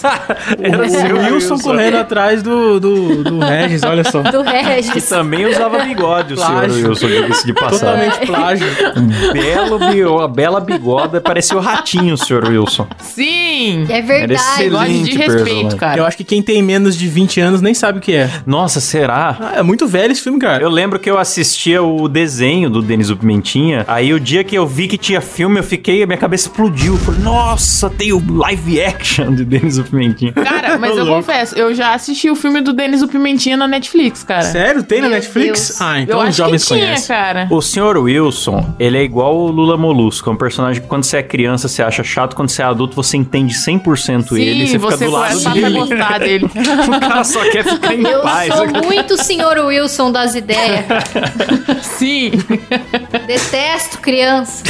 [SPEAKER 1] Era
[SPEAKER 2] o,
[SPEAKER 1] assim,
[SPEAKER 2] o Wilson, correndo atrás do, do, do Regis, olha só.
[SPEAKER 3] <laughs>
[SPEAKER 4] Do
[SPEAKER 1] Que
[SPEAKER 4] Regis.
[SPEAKER 1] também usava bigode, o senhor
[SPEAKER 2] Plágio.
[SPEAKER 1] Wilson, diga-se de passagem.
[SPEAKER 2] Totalmente plágio.
[SPEAKER 1] Um belo, bi- uma bela bigoda, parecia o ratinho, senhor Wilson.
[SPEAKER 3] Sim.
[SPEAKER 4] É
[SPEAKER 1] Era
[SPEAKER 4] verdade.
[SPEAKER 1] excelente.
[SPEAKER 3] Gosto de respeito,
[SPEAKER 1] personagem.
[SPEAKER 2] Eu
[SPEAKER 3] cara.
[SPEAKER 2] acho que quem tem menos de 20 anos nem sabe o que é.
[SPEAKER 1] Nossa, será?
[SPEAKER 2] Ah, é muito velho esse filme, cara.
[SPEAKER 1] Eu lembro que eu assistia o desenho do Denis o Pimentinha. Aí o dia que eu vi que tinha filme, eu fiquei, a minha cabeça explodiu. Eu Falei, nossa, tem o live action de Denis o Pimentinha.
[SPEAKER 2] <laughs>
[SPEAKER 3] Cara, mas
[SPEAKER 2] Tô
[SPEAKER 3] eu
[SPEAKER 2] louco.
[SPEAKER 3] confesso, eu já assisti o filme do Denis o Pimentinha na Netflix, cara.
[SPEAKER 2] Sério? Tem na
[SPEAKER 4] Meu
[SPEAKER 2] Netflix?
[SPEAKER 4] Deus.
[SPEAKER 2] Ah,
[SPEAKER 3] eu
[SPEAKER 2] então os
[SPEAKER 3] acho que
[SPEAKER 2] jovens
[SPEAKER 3] tinha,
[SPEAKER 2] conhecem.
[SPEAKER 3] cara.
[SPEAKER 1] O senhor Wilson, ele é igual o Lula Molusco. É um personagem que quando você é criança, você acha chato. Quando você é adulto, você entende 100% ele. Você, fica do lado
[SPEAKER 3] começa a
[SPEAKER 1] dele.
[SPEAKER 2] <laughs>
[SPEAKER 3] gostar dele.
[SPEAKER 1] <laughs> o cara só quer ficar em
[SPEAKER 4] Eu
[SPEAKER 1] paz.
[SPEAKER 4] sou muito senhor Wilson das ideias.
[SPEAKER 3] Sim.
[SPEAKER 4] Detesto criança.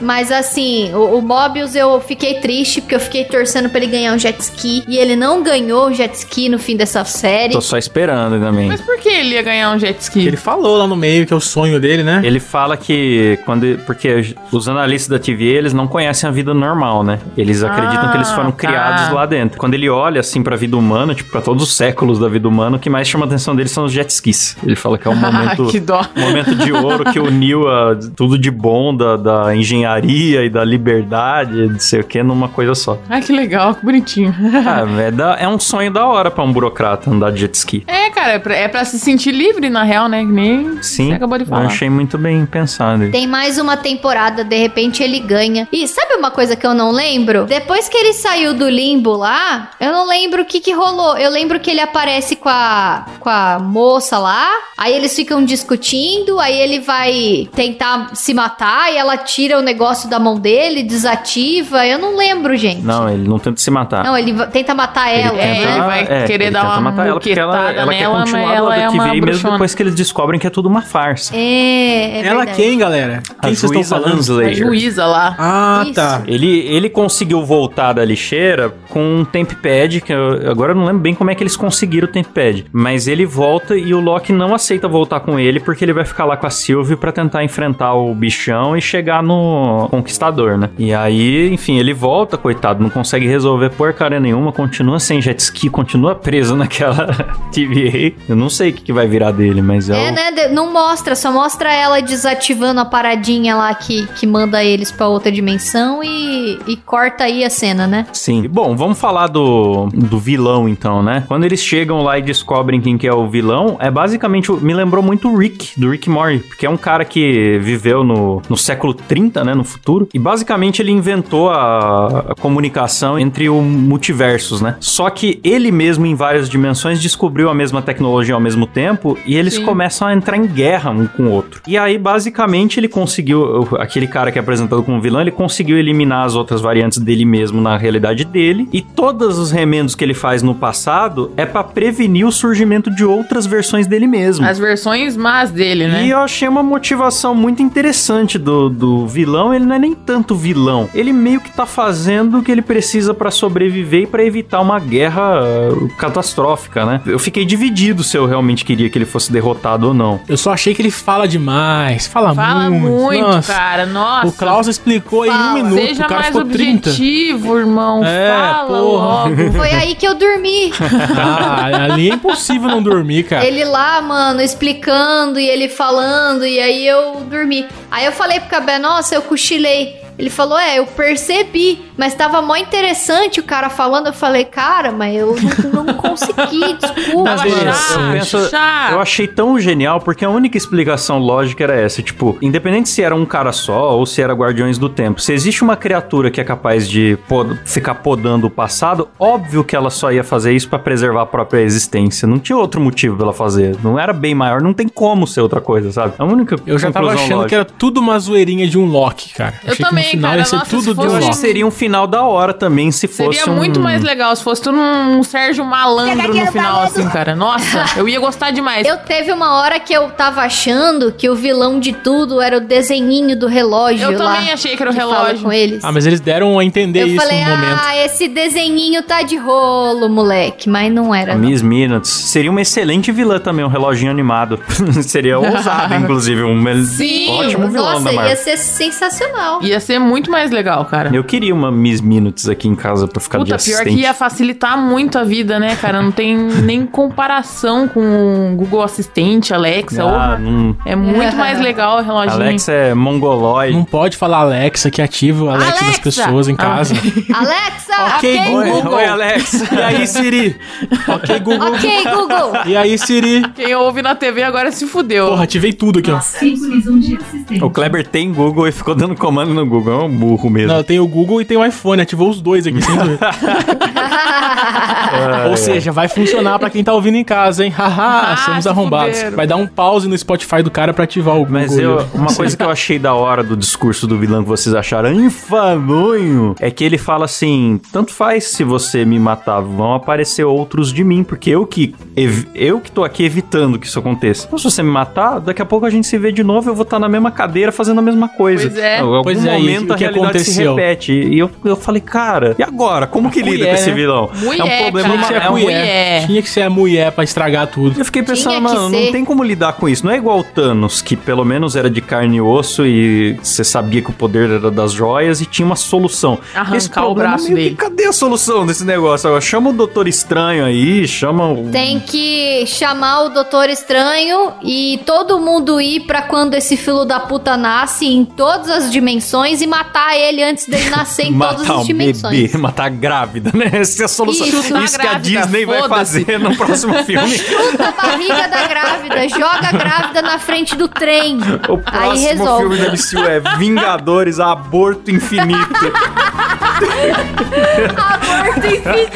[SPEAKER 4] Mas assim, o, o Mobius eu fiquei triste porque eu fiquei torcendo pra ele ganhar um jet ski. E ele não ganhou o jet ski no fim dessa série.
[SPEAKER 1] Tô só esperando né, também.
[SPEAKER 3] Mas por que ele <laughs> ia ganhar um jet ski?
[SPEAKER 2] Ele falou lá no meio que é o sonho dele, né?
[SPEAKER 1] Ele fala que quando. Porque os os analistas da TV, eles não conhecem a vida normal, né? Eles acreditam
[SPEAKER 3] Ah,
[SPEAKER 1] que eles foram
[SPEAKER 3] tá.
[SPEAKER 1] criados lá dentro. Quando ele olha, assim, pra vida humana, tipo, pra todos os séculos da vida humana, o que mais chama a atenção dele são os jet skis. Ele fala
[SPEAKER 3] <laughs>
[SPEAKER 1] que é um momento...
[SPEAKER 3] Ah,
[SPEAKER 1] um
[SPEAKER 3] que dó.
[SPEAKER 1] Momento de ouro que uniu a- tudo de bom da, da engenharia e da liberdade, não sei o que, numa coisa só.
[SPEAKER 3] Ai, Ah, que legal, que bonitinho. <laughs>
[SPEAKER 1] Ah, é, da- é um sonho da hora pra um burocrata andar de jet ski.
[SPEAKER 3] É, cara, é pra, é pra se sentir livre, na real, né? Que nem
[SPEAKER 1] Sim,
[SPEAKER 3] você acabou de
[SPEAKER 1] eu
[SPEAKER 3] falar.
[SPEAKER 1] achei muito bem pensado.
[SPEAKER 4] Tem mais uma temporada, de repente ele ganha. E sabe uma coisa que eu não lembro? Depois que ele saiu do limbo lá, eu não lembro o que que rolou. Eu lembro que ele aparece com a, com a moça lá, aí eles ficam discutindo, aí ele vai tentar se matar e ela tira o negócio da mão dele, desativa. Eu não lembro, gente.
[SPEAKER 1] Não, ele não tenta se matar.
[SPEAKER 4] Não, ele va- tenta matar
[SPEAKER 1] Ele
[SPEAKER 4] ela. né?
[SPEAKER 1] tenta-
[SPEAKER 3] É, ele vai querer dar
[SPEAKER 1] tenta
[SPEAKER 3] uma
[SPEAKER 1] matar ela porque ela,
[SPEAKER 3] muquetada
[SPEAKER 1] ela quer
[SPEAKER 3] nela, mas
[SPEAKER 1] continuar
[SPEAKER 3] ela
[SPEAKER 1] do
[SPEAKER 3] é
[SPEAKER 1] lado
[SPEAKER 3] uma
[SPEAKER 1] que veio, mesmo
[SPEAKER 3] bruxona.
[SPEAKER 1] depois que eles descobrem que é tudo uma farsa.
[SPEAKER 4] É, é
[SPEAKER 2] Ela
[SPEAKER 4] verdade.
[SPEAKER 2] quem, galera? Quem
[SPEAKER 1] a
[SPEAKER 2] vocês estão
[SPEAKER 1] juíza
[SPEAKER 2] falando?
[SPEAKER 3] A
[SPEAKER 1] Lanslayer.
[SPEAKER 3] juíza lá.
[SPEAKER 2] Ah,
[SPEAKER 4] Isso.
[SPEAKER 2] tá.
[SPEAKER 1] Ele, ele conseguiu voltar da lixeira com um temp pad, que eu, agora eu não lembro bem como é que eles conseguiram o temp pad. Mas ele volta e o Loki não aceita voltar com ele, porque ele vai ficar lá com a Sylvie pra tentar enfrentar o bichão e chegar no Conquistador, né? E aí, enfim, ele volta, coitado, não consegue resolver porcaria nenhuma, continua sem jet ski, continua preso <laughs> naquela TVA. Eu não sei o que, que vai virar dele, mas é,
[SPEAKER 4] É,
[SPEAKER 1] o...
[SPEAKER 4] né? de- Não mostra, só mostra ela desativando a paradinha lá que, que manda eles pra outra dimensão e, e corta aí a cena, né?
[SPEAKER 1] Sim. E, Bom, vamos falar do, do vilão então, né? Quando eles chegam lá e descobrem quem que é o vilão, é basicamente, o- me lembrou muito o Rick, do Rick Morty, porque é um cara que viveu no, no século 30, né, no futuro, e basicamente ele inventou a, a comunicação entre o multiversos, né? Só que ele mesmo em várias dimensões descobriu a mesma tecnologia ao mesmo tempo e eles
[SPEAKER 3] Sim.
[SPEAKER 1] começam a entrar em guerra um com o outro. E aí basicamente ele conseguiu, aquele cara que é apresentado como vilão, ele conseguiu eliminar as outras variantes dele mesmo na realidade dele e todos os remendos que ele faz no passado é pra prevenir o surgimento de outras versões dele mesmo.
[SPEAKER 3] As versões más dele, né?
[SPEAKER 1] E eu achei uma motivação muito interessante do, do vilão. Ele não é nem tanto vilão. Ele meio que tá fazendo o que ele precisa pra sobreviver e pra evitar uma guerra uh, catastrófica, né? Eu fiquei dividido se eu realmente queria que ele fosse derrotado ou não.
[SPEAKER 2] Eu só achei que ele fala demais. Fala,
[SPEAKER 3] Fala muito,
[SPEAKER 2] Nossa.
[SPEAKER 3] cara. Nossa.
[SPEAKER 2] O Klaus explicou
[SPEAKER 4] Fala.
[SPEAKER 2] em um minuto,
[SPEAKER 3] Seja
[SPEAKER 2] o cara
[SPEAKER 3] mais
[SPEAKER 2] ficou 30.
[SPEAKER 3] objetivo, irmão.
[SPEAKER 2] É,
[SPEAKER 3] Fala
[SPEAKER 2] porra.
[SPEAKER 3] logo.
[SPEAKER 4] Foi aí que eu dormi.
[SPEAKER 2] <laughs> Ah, ali é impossível não dormir, cara.
[SPEAKER 4] ele lá, mano, explicando e ele falando, e aí eu dormi. Aí eu falei pro Cabé, nossa, eu cochilei. Ele falou, é, eu percebi, mas tava mó interessante o cara falando. Eu falei, cara, mas eu não, não
[SPEAKER 3] <laughs>
[SPEAKER 4] consegui, desculpa.
[SPEAKER 2] Mas
[SPEAKER 3] Tava
[SPEAKER 2] beleza.
[SPEAKER 4] mano."
[SPEAKER 3] chato,
[SPEAKER 1] Eu penso-
[SPEAKER 3] chato.
[SPEAKER 1] Eu achei tão genial porque a única explicação lógica era essa, tipo, independente se era um cara só ou se era Guardiões do Tempo, se existe uma criatura que é capaz de pod- ficar podando o passado, óbvio que ela só ia fazer isso pra preservar a própria existência. Não tinha outro motivo pra ela fazer. Não era bem maior, não tem como ser outra coisa, sabe? A única
[SPEAKER 2] Eu já tava
[SPEAKER 1] conclusão
[SPEAKER 2] achando que
[SPEAKER 1] lógica.
[SPEAKER 2] era tudo uma zoeirinha de um Loki, cara.
[SPEAKER 3] Eu
[SPEAKER 2] achei que no
[SPEAKER 3] também,
[SPEAKER 2] final
[SPEAKER 3] cara,
[SPEAKER 2] ia ser
[SPEAKER 3] nossa, se
[SPEAKER 2] tudo de
[SPEAKER 3] fosse
[SPEAKER 2] um
[SPEAKER 1] Eu acho que
[SPEAKER 2] Loki.
[SPEAKER 1] seria um final da hora também se fosse
[SPEAKER 3] Seria muito
[SPEAKER 1] um-
[SPEAKER 3] mais legal se fosse tudo um Sérgio Malandro no final, assim, cara. Nossa, eu ia gostar demais.
[SPEAKER 4] Eu teve uma hora que eu tava achando que o vilão de tudo era o desenhinho do relógio
[SPEAKER 3] Eu
[SPEAKER 4] lá.
[SPEAKER 3] também achei que era o
[SPEAKER 4] que fala
[SPEAKER 3] relógio.
[SPEAKER 4] com eles.
[SPEAKER 2] Ah, mas eles deram a entender
[SPEAKER 4] eu
[SPEAKER 2] isso
[SPEAKER 4] falei,
[SPEAKER 2] no momento.
[SPEAKER 4] ah, esse desenhinho tá de rolo, moleque. Mas não era.
[SPEAKER 1] A
[SPEAKER 4] não.
[SPEAKER 1] Miss Minutes. Seria uma excelente vilã também, um reloginho animado. <laughs> Seria
[SPEAKER 3] <laughs>
[SPEAKER 1] ousado, inclusive. Um mel-
[SPEAKER 3] Sim,
[SPEAKER 1] ótimo vilão né,
[SPEAKER 4] Nossa,
[SPEAKER 1] da Marvel.
[SPEAKER 4] ia ser
[SPEAKER 3] <laughs>
[SPEAKER 4] sensacional.
[SPEAKER 3] Ia ser muito mais legal, cara.
[SPEAKER 1] Eu queria uma Miss Minutes aqui em casa pra ficar de
[SPEAKER 3] Puta, pior
[SPEAKER 1] assistente.
[SPEAKER 3] que ia facilitar muito a vida, né, cara?
[SPEAKER 1] <laughs>
[SPEAKER 3] Não tem nem comparação com o Google Assistente, Alexa.
[SPEAKER 1] Ah,
[SPEAKER 3] ou-
[SPEAKER 1] não.
[SPEAKER 3] É muito
[SPEAKER 4] <laughs>
[SPEAKER 3] mais legal o reloginho.
[SPEAKER 1] Alexa é mongoloide.
[SPEAKER 2] Não pode falar Alexa que ativa o Alexa, das
[SPEAKER 3] Alexa!
[SPEAKER 2] pessoas em
[SPEAKER 4] <laughs>
[SPEAKER 2] casa.
[SPEAKER 4] Alexa!
[SPEAKER 2] Ok,
[SPEAKER 3] Ok,
[SPEAKER 1] Oi,
[SPEAKER 2] Google.
[SPEAKER 1] oi, Alexa.
[SPEAKER 2] E aí, Siri? Ok, Google.
[SPEAKER 4] ok, Google!
[SPEAKER 2] E aí, Siri?
[SPEAKER 3] Quem ouve na TV agora se fudeu.
[SPEAKER 2] Porra, ativei tudo aqui, ó.
[SPEAKER 1] o Kleber tem Google e ficou dando comando no Google. É um burro mesmo.
[SPEAKER 2] Não, eu tenho o Google e tenho o iPhone. Ativou os dois aqui,
[SPEAKER 1] <laughs>
[SPEAKER 2] sem dúvida. <laughs>
[SPEAKER 1] É.
[SPEAKER 2] Ou seja, vai funcionar pra quem tá ouvindo em casa, hein? Haha,
[SPEAKER 3] Ah,
[SPEAKER 2] somos
[SPEAKER 3] se
[SPEAKER 2] arrombados.
[SPEAKER 3] fuderam.
[SPEAKER 2] Vai dar um pause no Spotify do cara pra ativar o Google.
[SPEAKER 1] Mas eu, <laughs> uma coisa que eu achei da hora do discurso do vilão que vocês acharam infamonho é que ele fala assim: tanto faz se você me matar, vão aparecer outros de mim, porque eu que ev- eu que tô aqui evitando que isso aconteça. Então, se você me matar, daqui a pouco a gente se vê de novo, eu vou estar na mesma cadeira fazendo a mesma coisa.
[SPEAKER 3] Pois é.
[SPEAKER 1] Em algum
[SPEAKER 2] Pois é,
[SPEAKER 1] momento
[SPEAKER 2] isso
[SPEAKER 1] a
[SPEAKER 2] que
[SPEAKER 1] realidade se
[SPEAKER 2] aconteceu.
[SPEAKER 1] repete. E eu, eu falei, cara, e agora? Como que lida
[SPEAKER 2] Colher,
[SPEAKER 1] com esse
[SPEAKER 2] né?
[SPEAKER 1] vilão.
[SPEAKER 3] Mulher,
[SPEAKER 1] é um problema,
[SPEAKER 3] cara.
[SPEAKER 1] é
[SPEAKER 2] a
[SPEAKER 1] um
[SPEAKER 3] Ah, mulher.
[SPEAKER 2] Tinha que ser a mulher pra estragar tudo.
[SPEAKER 1] Eu fiquei
[SPEAKER 4] Tinha
[SPEAKER 1] pensando,
[SPEAKER 4] que
[SPEAKER 1] mano,
[SPEAKER 4] ser.
[SPEAKER 1] não tem como lidar com isso. Não é igual o Thanos, que pelo menos era de carne e osso e você sabia que o poder era das joias e tinha uma solução.
[SPEAKER 3] Arrancar o
[SPEAKER 1] problema é
[SPEAKER 3] braço
[SPEAKER 1] meio que,
[SPEAKER 3] dele.
[SPEAKER 1] cadê a solução desse negócio? Agora, chama o Doutor Estranho aí, chama o...
[SPEAKER 4] Tem que chamar o Doutor Estranho e todo mundo ir pra quando esse filho da puta nasce em todas as dimensões e matar ele antes dele
[SPEAKER 2] <laughs>
[SPEAKER 4] nascer em todas
[SPEAKER 1] Matar
[SPEAKER 4] as
[SPEAKER 1] um
[SPEAKER 4] dimensões.
[SPEAKER 1] bebê, <laughs> matar a grávida, né? Essa é a solução.
[SPEAKER 4] Isso,
[SPEAKER 1] Isso,
[SPEAKER 3] tá
[SPEAKER 1] que a
[SPEAKER 3] grávida,
[SPEAKER 1] Disney vai
[SPEAKER 3] foda-se.
[SPEAKER 1] fazer
[SPEAKER 4] <laughs>
[SPEAKER 1] no próximo filme.
[SPEAKER 4] Chuta a barriga Tá, da grávida, joga a grávida na frente do trem.
[SPEAKER 1] O
[SPEAKER 4] Aí
[SPEAKER 1] próximo
[SPEAKER 4] resolve.
[SPEAKER 1] <laughs> filme da MCU é Vingadores Aborto
[SPEAKER 4] <laughs>
[SPEAKER 1] Infinito.
[SPEAKER 4] Aborto infinito.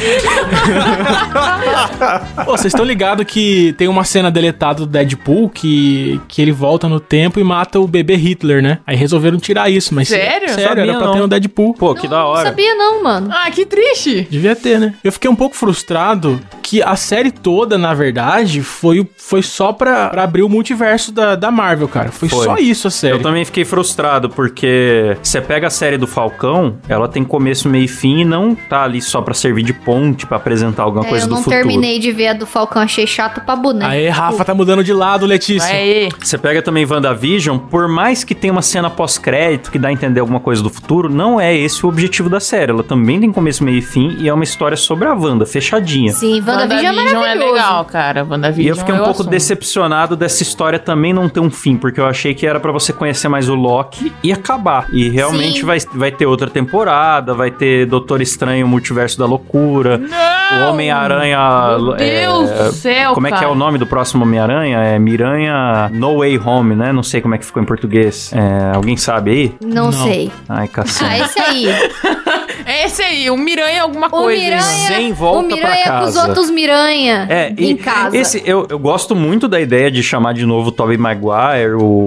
[SPEAKER 2] Pô, vocês estão ligados que tem uma cena deletada do Deadpool que, que ele volta no tempo e mata o bebê Hitler, né? Aí resolveram tirar isso, mas.
[SPEAKER 3] Sério?
[SPEAKER 2] Sério,
[SPEAKER 1] Sabia
[SPEAKER 2] era pra
[SPEAKER 1] não.
[SPEAKER 2] ter no Deadpool.
[SPEAKER 1] Pô, que da
[SPEAKER 4] Não
[SPEAKER 1] hora.
[SPEAKER 4] sabia não, mano.
[SPEAKER 3] Ah, que triste.
[SPEAKER 2] Devia ter, né? Eu fiquei um pouco frustrado que a série toda, na verdade, foi, o- foi só pra, pra abrir o multiverso da, da Marvel, cara. Foi,
[SPEAKER 1] Foi.
[SPEAKER 2] só isso a série.
[SPEAKER 1] Eu também fiquei frustrado, porque você pega a série do Falcão, ela tem começo, meio e fim e não tá ali só pra servir de ponte, pra apresentar alguma
[SPEAKER 4] É,
[SPEAKER 1] coisa
[SPEAKER 4] eu
[SPEAKER 1] do
[SPEAKER 4] não
[SPEAKER 1] futuro.
[SPEAKER 4] terminei de ver a do Falcão, achei chato pra boneco.
[SPEAKER 2] Aê, Rafa tá mudando de lado, Letícia.
[SPEAKER 3] Aí.
[SPEAKER 1] Você pega também WandaVision, por mais que tenha uma cena pós-crédito que dá a entender alguma coisa do futuro, não é esse o objetivo da série. Ela também tem começo, meio e fim e é uma história sobre a Wanda, fechadinha.
[SPEAKER 4] Sim, WandaVision é maravilhoso.
[SPEAKER 3] é legal, cara.
[SPEAKER 1] E
[SPEAKER 3] WandaVision é
[SPEAKER 1] eu fiquei um pouco
[SPEAKER 3] assumo.
[SPEAKER 1] decepcionado dessa história também não ter um fim, porque eu achei que era pra você conhecer mais o Loki e acabar. E realmente
[SPEAKER 4] Sim.
[SPEAKER 1] vai, vai ter outra temporada, vai ter Doutor Estranho, Multiverso da Loucura, o Homem-Aranha.
[SPEAKER 3] Meu
[SPEAKER 1] é,
[SPEAKER 3] Deus do céu,
[SPEAKER 1] Como é que é
[SPEAKER 3] cara.
[SPEAKER 1] o nome do próximo Homem-Aranha? É Miranha No Way Home, né? Não sei como é que ficou em português. É, alguém sabe aí?
[SPEAKER 4] Não,
[SPEAKER 2] Não.
[SPEAKER 4] sei.
[SPEAKER 1] Ai,
[SPEAKER 4] Ah,
[SPEAKER 1] cacete.
[SPEAKER 4] esse aí.
[SPEAKER 3] É esse aí, o Miranha alguma
[SPEAKER 4] O
[SPEAKER 3] coisa.
[SPEAKER 4] Miranha,
[SPEAKER 1] Zen volta
[SPEAKER 4] o Miranha é
[SPEAKER 1] pra
[SPEAKER 4] com os
[SPEAKER 1] casa.
[SPEAKER 4] outros Miranha
[SPEAKER 1] É, e
[SPEAKER 4] em casa.
[SPEAKER 1] esse eu, eu gosto muito da ideia de chamar de novo o Tobey Maguire, o,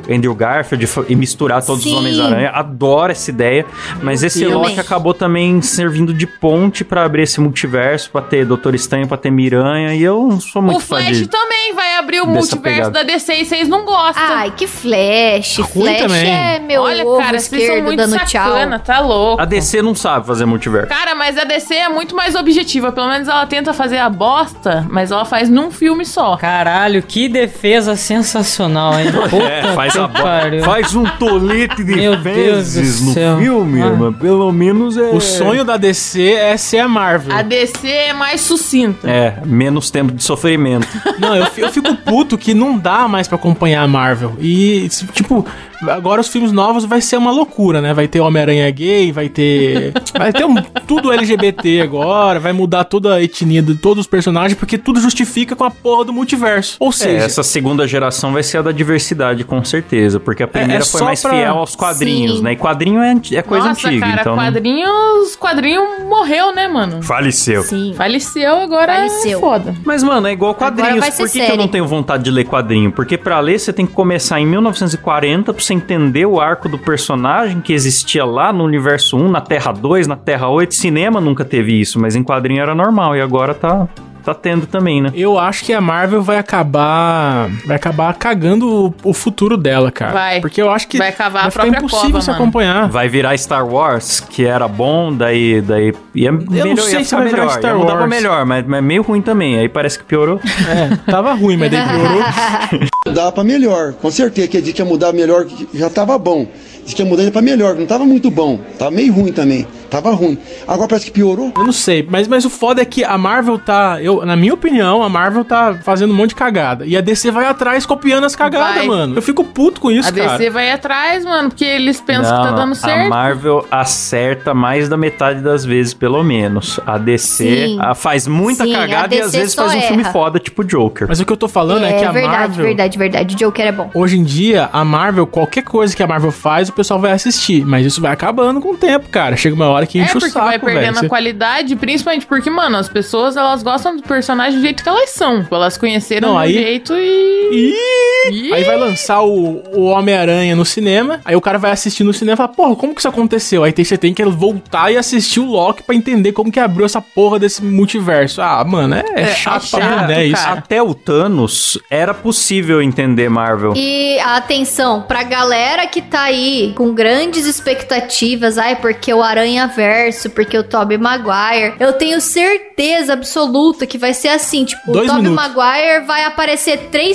[SPEAKER 1] o Andrew Garfield fa- e misturar todos
[SPEAKER 4] Sim.
[SPEAKER 1] os Homens-Aranha. Adoro essa ideia, mas esse
[SPEAKER 4] Deus.
[SPEAKER 1] Loki
[SPEAKER 4] Também.
[SPEAKER 1] acabou também servindo de ponte pra abrir esse multiverso, pra ter Doutor Estranho, pra ter Miranha, e eu não sou muito
[SPEAKER 3] o
[SPEAKER 1] fã
[SPEAKER 3] Flash
[SPEAKER 1] de...
[SPEAKER 3] também vai abrir o
[SPEAKER 1] dessa
[SPEAKER 3] multiverso
[SPEAKER 1] pegada.
[SPEAKER 3] da DC e vocês não gostam.
[SPEAKER 4] Ai, que Flash.
[SPEAKER 1] Tá
[SPEAKER 2] Ruim
[SPEAKER 4] Flash
[SPEAKER 2] também.
[SPEAKER 4] é meu
[SPEAKER 3] Olha,
[SPEAKER 4] ovo
[SPEAKER 3] cara, vocês são
[SPEAKER 4] esquerdo
[SPEAKER 3] muito
[SPEAKER 4] dando
[SPEAKER 3] sacana,
[SPEAKER 4] tchau.
[SPEAKER 3] tá louco.
[SPEAKER 1] A DC não sabe fazer multiverso.
[SPEAKER 3] Cara, mas a DC é muito mais objetiva. Pelo menos ela tenta fazer a bosta, mas ela faz num filme só.
[SPEAKER 5] Caralho, que defesa sensacional, hein? Puta
[SPEAKER 1] É, faz,
[SPEAKER 5] que
[SPEAKER 1] a bo-
[SPEAKER 5] pariu.
[SPEAKER 1] faz um tolete de
[SPEAKER 5] Meu Deus
[SPEAKER 1] vezes
[SPEAKER 5] do
[SPEAKER 1] no
[SPEAKER 5] céu.
[SPEAKER 1] filme,
[SPEAKER 5] Ah.
[SPEAKER 1] irmã. Pelo menos é...
[SPEAKER 2] O sonho da DC é ser a Marvel.
[SPEAKER 3] A DC é mais sucinta.
[SPEAKER 1] É, menos tempo de sofrimento.
[SPEAKER 2] Não, eu, fi- eu fico puto que não dá mais pra acompanhar a Marvel. E, se- tipo, agora os filmes novos vai ser uma loucura, né? Vai ter Homem-Aranha gay, vai ter. Vai ter um- tudo LGBT agora, vai mudar toda a etnia de todos os personagens, porque tudo justifica com a porra do multiverso. Ou
[SPEAKER 1] É,
[SPEAKER 2] seja.
[SPEAKER 1] essa segunda geração vai ser a da diversidade, com certeza. Porque a primeira
[SPEAKER 2] é
[SPEAKER 1] foi
[SPEAKER 2] só
[SPEAKER 1] mais
[SPEAKER 2] pra-
[SPEAKER 1] fiel aos quadrinhos,
[SPEAKER 4] Sim.
[SPEAKER 1] né? E quadrinho é, anti- é coisa
[SPEAKER 3] Nossa,
[SPEAKER 1] antiga,
[SPEAKER 3] cara,
[SPEAKER 1] então.
[SPEAKER 2] né?
[SPEAKER 1] não-
[SPEAKER 3] quadrinhos. Quadrinho morreu, né, mano?
[SPEAKER 1] Faleceu.
[SPEAKER 4] Sim.
[SPEAKER 3] Faleceu, agora
[SPEAKER 4] Faleceu.
[SPEAKER 3] é foda.
[SPEAKER 1] Mas, mano, é igual quadrinhos.
[SPEAKER 4] vai ser
[SPEAKER 1] Por que, que eu
[SPEAKER 4] série.
[SPEAKER 1] não tenho vontade de ler quadrinho? Porque pra ler, você tem que começar em 1940 pra você entender o arco do personagem que existia lá no universo 1, na Terra 2, na Terra 8. Cinema nunca teve isso, mas em quadrinho era normal. E agora tá, tá tendo também, né?
[SPEAKER 2] Eu acho que a Marvel vai acabar. Vai acabar cagando o, o futuro dela, cara.
[SPEAKER 3] Vai.
[SPEAKER 2] Porque eu acho que.
[SPEAKER 3] Vai cavar a
[SPEAKER 2] ficar
[SPEAKER 3] própria
[SPEAKER 2] impossível
[SPEAKER 3] cova,
[SPEAKER 2] se
[SPEAKER 3] mano.
[SPEAKER 2] acompanhar.
[SPEAKER 1] Vai virar Star Wars, que era bom, daí. daí ia melhor, ia
[SPEAKER 2] sei se
[SPEAKER 1] ficar
[SPEAKER 2] vai virar
[SPEAKER 1] melhor.
[SPEAKER 2] Star
[SPEAKER 1] ia mudar pra
[SPEAKER 2] Wars.
[SPEAKER 1] melhor, mas, mas meio ruim também. Aí parece que piorou.
[SPEAKER 2] É, tava ruim, mas daí piorou.
[SPEAKER 3] <laughs>
[SPEAKER 6] mudar para melhor. Com certeza que a gente ia mudar melhor, que já tava bom. Diz que ia mudar para melhor, que não tava muito bom. Tava meio ruim também. Tava ruim. Agora parece que piorou.
[SPEAKER 2] Eu não sei, mas, mas o foda é que a Marvel tá. Eu, na minha opinião, a Marvel tá fazendo um monte de cagada. E a DC vai atrás copiando as cagadas,
[SPEAKER 3] Vai.
[SPEAKER 2] mano. Eu fico puto com isso,
[SPEAKER 3] a DC
[SPEAKER 2] cara.
[SPEAKER 3] vai atrás, mano, porque eles pensam
[SPEAKER 1] Não,
[SPEAKER 3] que tá dando
[SPEAKER 1] não, A
[SPEAKER 3] certo.
[SPEAKER 1] Marvel acerta mais da metade das vezes, pelo menos. A DC
[SPEAKER 4] Sim.
[SPEAKER 1] a- faz muita
[SPEAKER 4] Sim,
[SPEAKER 1] cagada
[SPEAKER 4] a
[SPEAKER 1] e às
[SPEAKER 4] DC
[SPEAKER 1] vezes
[SPEAKER 4] só
[SPEAKER 1] faz um filme
[SPEAKER 4] erra.
[SPEAKER 1] foda, tipo Joker.
[SPEAKER 2] Mas o que eu tô falando
[SPEAKER 1] né,
[SPEAKER 2] é,
[SPEAKER 4] É,
[SPEAKER 2] que a
[SPEAKER 4] verdade,
[SPEAKER 2] Marvel.
[SPEAKER 4] verdade, verdade. Joker é bom.
[SPEAKER 2] Hoje em dia, a Marvel, qualquer coisa que a Marvel faz, o pessoal vai assistir. Mas isso vai acabando com o tempo, cara. Chega uma hora que
[SPEAKER 3] É
[SPEAKER 2] enche o
[SPEAKER 3] porque
[SPEAKER 2] saco,
[SPEAKER 3] vai perdendo
[SPEAKER 2] velho.
[SPEAKER 3] a qualidade, principalmente porque, mano, as pessoas elas gostam do personagem do jeito que elas são. Elas conheceram
[SPEAKER 2] Não,
[SPEAKER 3] do
[SPEAKER 2] aí-
[SPEAKER 3] jeito e.
[SPEAKER 2] Ih!
[SPEAKER 3] Ih,
[SPEAKER 2] Aí vai lançar o, o Homem-Aranha no cinema, aí o cara vai assistir no cinema e fala, porra, como que isso aconteceu? Aí tem- você tem que voltar e assistir o Loki pra entender como que abriu essa porra desse multiverso. Ah, mano, é, é chato,
[SPEAKER 3] é
[SPEAKER 2] pra
[SPEAKER 3] chato,
[SPEAKER 2] né, isso.
[SPEAKER 3] cara.
[SPEAKER 1] Até o Thanos era possível entender Marvel.
[SPEAKER 4] E atenção, pra galera que tá aí com grandes expectativas, ai, porque o Aranha metaverso, porque o Tobey Maguire. Eu tenho certeza absoluta que vai ser assim, tipo,
[SPEAKER 2] Dois
[SPEAKER 4] o Tobey
[SPEAKER 2] minutos.
[SPEAKER 4] Maguire vai aparecer 3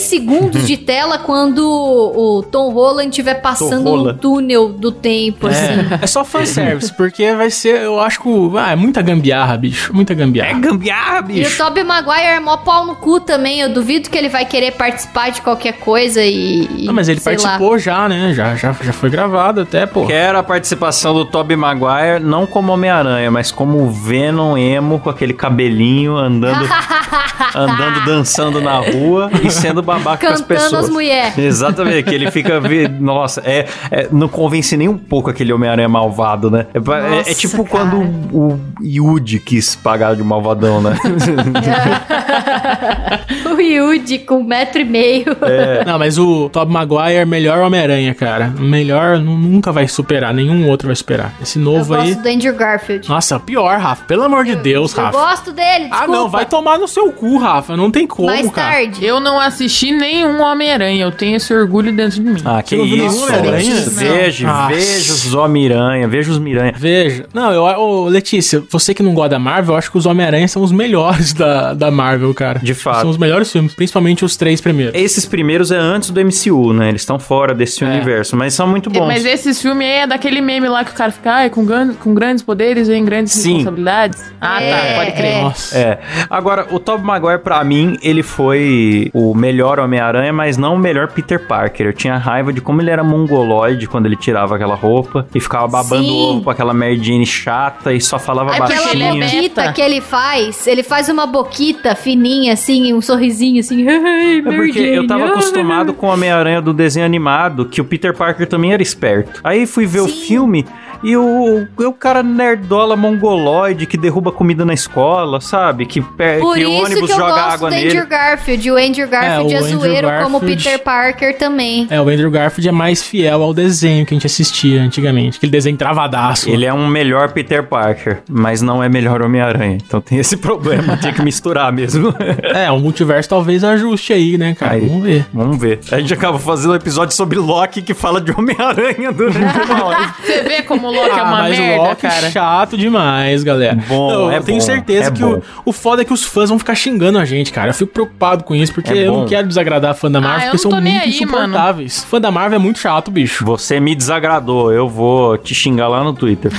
[SPEAKER 2] <laughs>
[SPEAKER 4] segundos de tela quando o Tom Holland estiver passando no
[SPEAKER 1] Holland.
[SPEAKER 4] túnel do tempo, assim.
[SPEAKER 2] É só fanservice, porque vai ser, eu acho que. o- Ah, é muita gambiarra, bicho. Muita
[SPEAKER 1] É
[SPEAKER 2] gambiarra.
[SPEAKER 1] gambiarra,
[SPEAKER 4] E o
[SPEAKER 1] bicho.
[SPEAKER 4] Tobey Maguire é mó pau no cu também. Eu duvido que ele vai querer participar de qualquer coisa e. e
[SPEAKER 2] Não, Ah, mas ele
[SPEAKER 4] sei lá.
[SPEAKER 2] participou já, né? Já, já, já foi gravado até, pô.
[SPEAKER 1] Quero a participação do Tobey Maguire, não como Homem-Aranha, mas como o Venom emo, com aquele cabelinho
[SPEAKER 4] <laughs>
[SPEAKER 1] andando, andando dançando na rua e sendo babaca com as
[SPEAKER 4] Cantando
[SPEAKER 1] pessoas.
[SPEAKER 4] as mulher.
[SPEAKER 1] Exatamente, que ele fica. vi- Nossa, é, é- não convence nem um pouco aquele Homem-Aranha malvado, né? É, pra- é- é
[SPEAKER 4] Nossa,
[SPEAKER 1] tipo
[SPEAKER 4] cara.
[SPEAKER 1] quando o Yudi quis pagar de malvadão,
[SPEAKER 4] <laughs>
[SPEAKER 1] né?
[SPEAKER 4] O Yude com um metro e meio.
[SPEAKER 2] Não, mas o Tobey Maguire é melhor Homem-Aranha, cara. Melhor nu- nunca vai superar, nenhum outro vai superar. Esse
[SPEAKER 4] Eu
[SPEAKER 2] novo aí.
[SPEAKER 4] gosto do Andrew Garfield.
[SPEAKER 2] Nossa, pior, Rafa. Pelo amor de Deus,
[SPEAKER 4] Eu
[SPEAKER 2] Rafa.
[SPEAKER 4] gosto dele, desculpa.
[SPEAKER 2] Ah, não, vai tomar no seu cu, Rafa. Não tem como,
[SPEAKER 4] Mais
[SPEAKER 2] cara.
[SPEAKER 4] tarde.
[SPEAKER 3] Eu não assisti nenhum Homem-Aranha, eu tenho esse orgulho dentro de mim.
[SPEAKER 1] Ah, que
[SPEAKER 2] Você não viu nenhum
[SPEAKER 1] isso,
[SPEAKER 2] Homem-Aranha?
[SPEAKER 1] Letícia. Veja,
[SPEAKER 2] Não.
[SPEAKER 1] veja os Homem-Aranha, veja os Miranha.
[SPEAKER 2] Veja. Não, eu. Ô, Letícia, você que não gosta da Marvel, eu acho que os Homem-Aranha são os melhores da, da Marvel, cara.
[SPEAKER 1] De fato.
[SPEAKER 2] São os melhores filmes, principalmente os três primeiros.
[SPEAKER 1] Esses primeiros é antes do MCU, né? Eles estão fora desse
[SPEAKER 2] É.
[SPEAKER 1] universo, mas são muito bons.
[SPEAKER 3] Mas esses filmes aí é daquele meme lá que o cara fica, ai, com, gran- com grandes poderes vem grandes
[SPEAKER 1] Sim.
[SPEAKER 3] responsabilidades. Ah,
[SPEAKER 4] É,
[SPEAKER 3] tá, pode crer.
[SPEAKER 4] é.
[SPEAKER 2] Nossa.
[SPEAKER 1] É. Agora, o Tobey Maguire, pra mim, ele foi o melhor Homem-Aranha, mas não o melhor Peter Parker. Eu tinha raiva de como ele era mongoloide quando ele tirava aquela roupa e ficava babando
[SPEAKER 4] Sim.
[SPEAKER 1] ovo com aquela merdinha chata e só falava
[SPEAKER 3] Ai, porque
[SPEAKER 4] Aquela
[SPEAKER 3] ele é
[SPEAKER 1] baixinho.
[SPEAKER 3] bem-
[SPEAKER 4] boquita
[SPEAKER 3] Beta.
[SPEAKER 4] que ele faz, ele faz uma boquita fininha, assim, um sorrisinho, assim. <laughs> Ai,
[SPEAKER 1] É porque eu tava acostumado com o Homem-Aranha do desenho animado, que o Peter Parker também era esperto. Aí fui ver o
[SPEAKER 4] Sim.
[SPEAKER 1] filme e o, o cara nerdola mongoloide que derruba comida na escola, sabe? Que, pe-
[SPEAKER 4] Por
[SPEAKER 1] que o
[SPEAKER 4] isso
[SPEAKER 1] ônibus
[SPEAKER 4] que eu
[SPEAKER 1] joga
[SPEAKER 4] gosto
[SPEAKER 1] água
[SPEAKER 4] do
[SPEAKER 1] nele.
[SPEAKER 4] Andrew Garfield. O Andrew Garfield
[SPEAKER 2] É,
[SPEAKER 4] é,
[SPEAKER 2] o Andrew
[SPEAKER 4] zoeiro como o
[SPEAKER 2] Garfield-
[SPEAKER 4] Peter Parker também.
[SPEAKER 2] É, o Andrew Garfield é mais fiel ao desenho que a gente assistia antigamente. Aquele desenho travadaço.
[SPEAKER 1] Ele é um melhor Peter Parker, mas não é melhor Homem-Aranha. Então tem esse <laughs> problema, tinha que misturar mesmo. <laughs>
[SPEAKER 2] É, o multiverso talvez ajuste aí, né, cara?
[SPEAKER 1] Aí.
[SPEAKER 2] Vamos ver.
[SPEAKER 1] Vamos ver. A gente acaba fazendo um episódio sobre Loki que fala de Homem-Aranha durante uma
[SPEAKER 4] <laughs>
[SPEAKER 1] hora.
[SPEAKER 3] Você vê como o Loki é uma
[SPEAKER 2] Ah, mas
[SPEAKER 3] merda,
[SPEAKER 2] o Loki
[SPEAKER 3] cara.
[SPEAKER 2] é chato demais, galera.
[SPEAKER 1] Bom,
[SPEAKER 2] Não,
[SPEAKER 1] é
[SPEAKER 2] eu tenho
[SPEAKER 1] bom,
[SPEAKER 2] certeza
[SPEAKER 1] é
[SPEAKER 2] que
[SPEAKER 1] bom.
[SPEAKER 2] o, o foda é que os fãs vão ficar xingando a gente, cara. Eu fico preocupado com isso, porque
[SPEAKER 1] É
[SPEAKER 2] eu não
[SPEAKER 1] bom.
[SPEAKER 2] quero desagradar a fã da Marvel,
[SPEAKER 3] Ah, eu
[SPEAKER 2] porque
[SPEAKER 3] não
[SPEAKER 2] são
[SPEAKER 3] tô nem
[SPEAKER 2] muito
[SPEAKER 3] aí, mano.
[SPEAKER 2] insuportáveis. Fã da Marvel é muito chato, bicho.
[SPEAKER 1] Você me desagradou, eu vou te xingar lá no Twitter.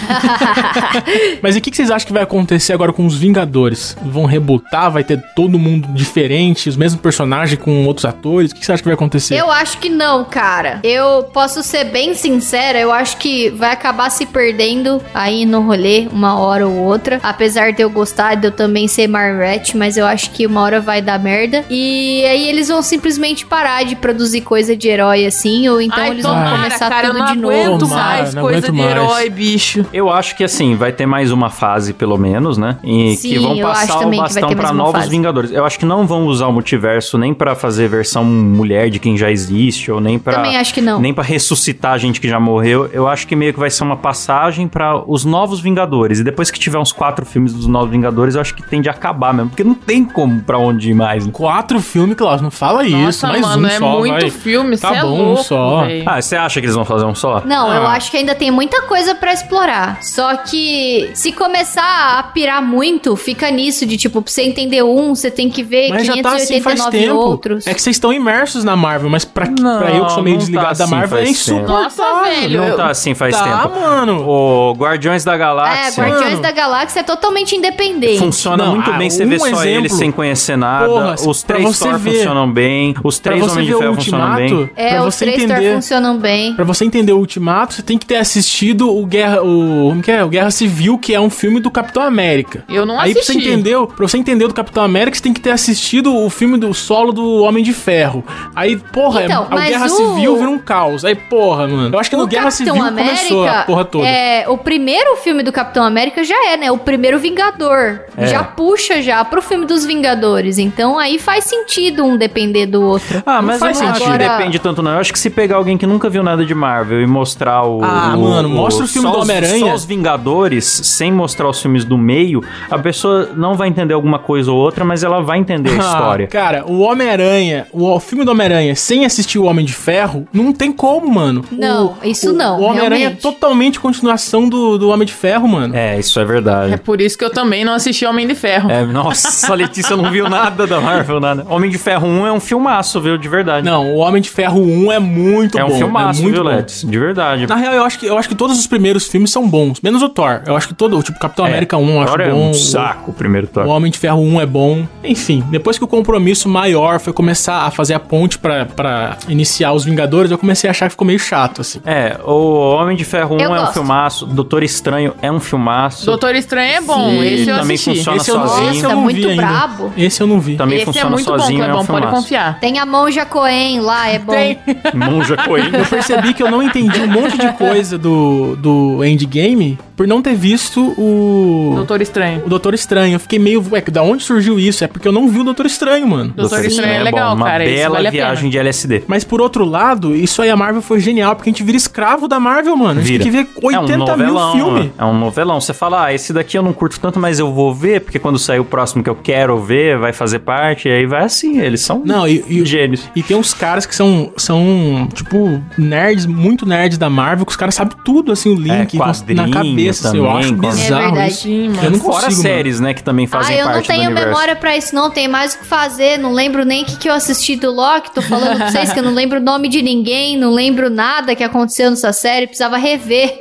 [SPEAKER 2] Mas e o que, que vocês acham que vai acontecer agora com os Vingadores? Vão rebutar? Vai ter todo mundo diferente? Os mesmos personagens com outros atores? O que, que você acha que vai acontecer?
[SPEAKER 4] Eu acho que não, cara. Eu posso ser bem sincera, eu acho que vai acabar se perdendo aí no rolê, uma hora ou outra. Apesar de eu gostar, de eu também ser Marvete, mas eu acho que uma hora vai dar merda. E aí eles vão simplesmente parar de produzir coisa de herói assim, ou então
[SPEAKER 3] Ai,
[SPEAKER 4] eles
[SPEAKER 3] tomara,
[SPEAKER 4] vão começar
[SPEAKER 3] cara,
[SPEAKER 4] tudo
[SPEAKER 3] eu não
[SPEAKER 4] de
[SPEAKER 3] aguento
[SPEAKER 4] novo.
[SPEAKER 2] Tomara,
[SPEAKER 3] mais
[SPEAKER 2] não
[SPEAKER 3] coisa
[SPEAKER 2] aguento
[SPEAKER 3] de
[SPEAKER 2] mais.
[SPEAKER 3] herói, bicho.
[SPEAKER 1] Eu acho que assim, vai ter mais uma fase, pelo menos, né? E
[SPEAKER 4] Sim,
[SPEAKER 1] que vão
[SPEAKER 4] eu
[SPEAKER 1] passar
[SPEAKER 4] acho
[SPEAKER 1] o
[SPEAKER 4] também que vai
[SPEAKER 1] bastão
[SPEAKER 4] ter mais
[SPEAKER 1] pra
[SPEAKER 4] uma
[SPEAKER 1] novos
[SPEAKER 4] fase.
[SPEAKER 1] Vingadores. Eu acho que não vão usar o multiverso nem pra fazer versão mulher de quem já existe, ou nem pra.
[SPEAKER 4] Também acho que não.
[SPEAKER 1] Nem pra ressuscitar gente que já morreu. Eu acho que meio que vai ser uma passagem pra os novos Vingadores. E depois que tiver uns quatro filmes dos novos Vingadores, eu acho que tende a acabar mesmo. Porque não tem como pra onde ir mais. né?
[SPEAKER 2] Quatro filmes, Klaus, não fala isso.
[SPEAKER 3] Nossa,
[SPEAKER 2] Mais
[SPEAKER 3] mano,
[SPEAKER 2] um
[SPEAKER 3] é
[SPEAKER 2] só,
[SPEAKER 3] muito
[SPEAKER 2] vai.
[SPEAKER 3] filme,
[SPEAKER 2] Tá
[SPEAKER 3] você é
[SPEAKER 2] bom,
[SPEAKER 3] louco,
[SPEAKER 2] só.
[SPEAKER 3] véi.
[SPEAKER 1] Ah, você acha que eles vão fazer um só?
[SPEAKER 4] Não, eu
[SPEAKER 2] Ah.
[SPEAKER 4] acho que ainda tem muita coisa pra explorar. Só que se começar a pirar muito, fica nisso de tipo, pra você entender um, você tem que ver
[SPEAKER 2] Mas já tá assim faz
[SPEAKER 4] 589
[SPEAKER 2] tempo.
[SPEAKER 4] outros.
[SPEAKER 2] É que vocês estão imersos na Marvel, mas pra,
[SPEAKER 1] Não,
[SPEAKER 2] pra eu que sou meio
[SPEAKER 1] não tá
[SPEAKER 2] desligado da
[SPEAKER 1] assim
[SPEAKER 2] Marvel é
[SPEAKER 1] faz tempo.
[SPEAKER 2] insuportável.
[SPEAKER 3] Nossa, velho,
[SPEAKER 1] Não
[SPEAKER 3] eu-
[SPEAKER 1] tá assim faz
[SPEAKER 2] tá,
[SPEAKER 1] tempo.
[SPEAKER 2] mano.
[SPEAKER 1] O Guardiões da
[SPEAKER 4] É,
[SPEAKER 1] Galáxia.
[SPEAKER 4] Guardiões
[SPEAKER 2] tá assim, Mano.
[SPEAKER 4] da Galáxia é totalmente independente.
[SPEAKER 1] Funciona
[SPEAKER 2] Não,
[SPEAKER 1] muito
[SPEAKER 2] ah,
[SPEAKER 1] bem, você
[SPEAKER 2] um
[SPEAKER 1] vê só
[SPEAKER 2] exemplo.
[SPEAKER 1] eles sem conhecer nada.
[SPEAKER 2] Porra,
[SPEAKER 1] os
[SPEAKER 2] pra
[SPEAKER 1] três
[SPEAKER 2] você
[SPEAKER 1] Thor
[SPEAKER 2] ver-
[SPEAKER 1] funcionam bem, os
[SPEAKER 2] Pra
[SPEAKER 1] três
[SPEAKER 2] você
[SPEAKER 1] Homem
[SPEAKER 2] ver
[SPEAKER 1] de
[SPEAKER 2] o
[SPEAKER 1] Ferro funcionam bem.
[SPEAKER 2] Ultimato,
[SPEAKER 4] É,
[SPEAKER 2] pra
[SPEAKER 4] os
[SPEAKER 2] você
[SPEAKER 4] três Thor
[SPEAKER 2] entender...
[SPEAKER 4] funcionam bem.
[SPEAKER 2] Pra você entender o Ultimato, você tem que ter assistido o Guerra, o, como que é? o Guerra Civil, que é um filme do Capitão América.
[SPEAKER 3] Eu não
[SPEAKER 2] Aí pra você
[SPEAKER 3] assisti.
[SPEAKER 2] entender, o- pra você entender o do Capitão América, você tem que ter assistido o filme do solo do Homem de Ferro. Aí, porra,
[SPEAKER 4] Então,
[SPEAKER 2] é, o
[SPEAKER 4] mas
[SPEAKER 2] Guerra
[SPEAKER 4] o-
[SPEAKER 2] Civil vira um caos. Aí, porra, mano. Eu acho que no
[SPEAKER 4] o
[SPEAKER 2] Guerra
[SPEAKER 4] Capitão
[SPEAKER 2] Civil
[SPEAKER 4] América
[SPEAKER 2] começou a porra toda.
[SPEAKER 4] É, o primeiro filme do Capitão América já é, né? O primeiro Vingador.
[SPEAKER 2] É.
[SPEAKER 4] Já puxa já pro filme dos Vingadores. Então aí faz sentido um depender do outro.
[SPEAKER 1] Ah, mas eu
[SPEAKER 2] faz
[SPEAKER 1] não acho que
[SPEAKER 4] sentido.
[SPEAKER 1] depende tanto, não. Eu acho que se pegar alguém que nunca viu nada de Marvel e mostrar o.
[SPEAKER 2] Ah,
[SPEAKER 1] o-
[SPEAKER 2] mano, mostra o filme
[SPEAKER 1] só
[SPEAKER 2] do
[SPEAKER 1] os-
[SPEAKER 2] Homem-Aranha.
[SPEAKER 1] Só os Vingadores, sem mostrar os filmes do meio, a pessoa não vai entender alguma coisa ou outra, mas ela vai entender
[SPEAKER 2] <laughs>
[SPEAKER 1] a
[SPEAKER 2] Ah,
[SPEAKER 1] história.
[SPEAKER 2] Cara, o Homem-Aranha, o, o filme do Homem-Aranha sem assistir o Homem de Ferro, não tem como, mano.
[SPEAKER 4] Não,
[SPEAKER 2] O-
[SPEAKER 4] isso
[SPEAKER 2] o-
[SPEAKER 4] não,
[SPEAKER 2] O Homem-Aranha é
[SPEAKER 4] realmente.
[SPEAKER 2] totalmente totalmente continuação do, do Homem de Ferro, mano.
[SPEAKER 1] É, isso é
[SPEAKER 3] É
[SPEAKER 1] verdade.
[SPEAKER 3] por isso que eu também não assisti Homem de Ferro.
[SPEAKER 1] É, nossa,
[SPEAKER 2] <laughs>
[SPEAKER 1] a Letícia não viu nada da Marvel, nada. Homem de Ferro 1 é um filmaço, viu? De verdade.
[SPEAKER 2] Não, o Homem de Ferro 1 é muito
[SPEAKER 1] é um
[SPEAKER 2] bom.
[SPEAKER 1] filmaço,
[SPEAKER 2] é muito
[SPEAKER 1] viu,
[SPEAKER 2] bom.
[SPEAKER 1] Letícia? De verdade.
[SPEAKER 2] Na real, eu acho, que, eu acho que todos os primeiros filmes são bons, menos o Thor. Eu acho que todo, tipo, Capitão
[SPEAKER 1] É,
[SPEAKER 2] América 1 eu acho
[SPEAKER 1] Thor é
[SPEAKER 2] bom.
[SPEAKER 1] um saco o primeiro
[SPEAKER 2] O
[SPEAKER 1] Thor.
[SPEAKER 2] Homem de Ferro 1 é bom. Enfim, depois que o compromisso maior foi começar a fazer a ponte pra- pra iniciar os Vingadores, eu comecei a achar que ficou meio chato, assim.
[SPEAKER 1] É, o Homem de Ferro 1
[SPEAKER 4] Eu
[SPEAKER 1] é um
[SPEAKER 4] gosto.
[SPEAKER 1] filmaço, Doutor Estranho é um filmaço.
[SPEAKER 3] Doutor Estranho é bom,
[SPEAKER 1] Sim.
[SPEAKER 3] esse eu
[SPEAKER 1] Também
[SPEAKER 3] assisti.
[SPEAKER 1] funciona
[SPEAKER 2] Esse eu,
[SPEAKER 1] sozinho.
[SPEAKER 2] esse eu
[SPEAKER 4] Tá
[SPEAKER 2] não
[SPEAKER 4] muito
[SPEAKER 2] vi ainda.
[SPEAKER 4] brabo.
[SPEAKER 2] Esse eu não vi.
[SPEAKER 1] Também
[SPEAKER 3] Esse é
[SPEAKER 1] funciona
[SPEAKER 3] muito bom,
[SPEAKER 1] sozinho, é um
[SPEAKER 3] Clebão, pode
[SPEAKER 1] filmaço.
[SPEAKER 2] <laughs>
[SPEAKER 3] confiar.
[SPEAKER 4] Tem a Monja Coen lá, é bom.
[SPEAKER 3] Tem.
[SPEAKER 1] Monja Coen.
[SPEAKER 2] Eu percebi que eu não entendi um monte de coisa do, do Endgame por não ter visto o.
[SPEAKER 3] Doutor Estranho.
[SPEAKER 2] O Doutor Estranho. Eu fiquei meio. Ué, da onde surgiu isso? É porque eu não vi o Doutor Estranho, mano.
[SPEAKER 3] Doutor Estranho é legal,
[SPEAKER 1] uma
[SPEAKER 3] cara, isso
[SPEAKER 1] bela
[SPEAKER 3] vale a pena.
[SPEAKER 1] viagem de LSD.
[SPEAKER 2] Mas por outro lado, isso aí a Marvel foi genial, porque a gente vira escravo da Marvel, mano. A
[SPEAKER 1] Vira.
[SPEAKER 2] gente
[SPEAKER 1] um
[SPEAKER 2] tem que ver 80 mil filmes.
[SPEAKER 1] É um novelão. Você fala, ah, esse daqui eu não curto tanto, mas eu vou ver, porque quando sair o próximo que eu quero ver, vai fazer parte, e aí vai assim, eles são
[SPEAKER 2] Não, e, e,
[SPEAKER 1] gênios.
[SPEAKER 2] E tem uns caras que são, são, tipo, nerds, muito nerds da Marvel, que os caras sabem tudo, assim, o link na
[SPEAKER 1] É, quadrinho
[SPEAKER 2] cabeça, assim, eu
[SPEAKER 1] também,
[SPEAKER 2] acho
[SPEAKER 1] quadrinho.
[SPEAKER 4] É
[SPEAKER 2] bizarro
[SPEAKER 4] verdade.
[SPEAKER 2] isso.
[SPEAKER 3] Sim,
[SPEAKER 2] Eu
[SPEAKER 3] mano.
[SPEAKER 2] não
[SPEAKER 1] Fora
[SPEAKER 2] consigo, mano.
[SPEAKER 1] séries, né, que também fazem
[SPEAKER 4] ah, eu não
[SPEAKER 1] parte do
[SPEAKER 4] tenho
[SPEAKER 1] universo.
[SPEAKER 4] memória pra isso, não. Tem mais o que fazer. Não lembro nem o que, que eu assisti do Loki. Tô falando pra vocês que eu não lembro o nome de ninguém, não lembro nada que aconteceu nessa série. Precisava rever.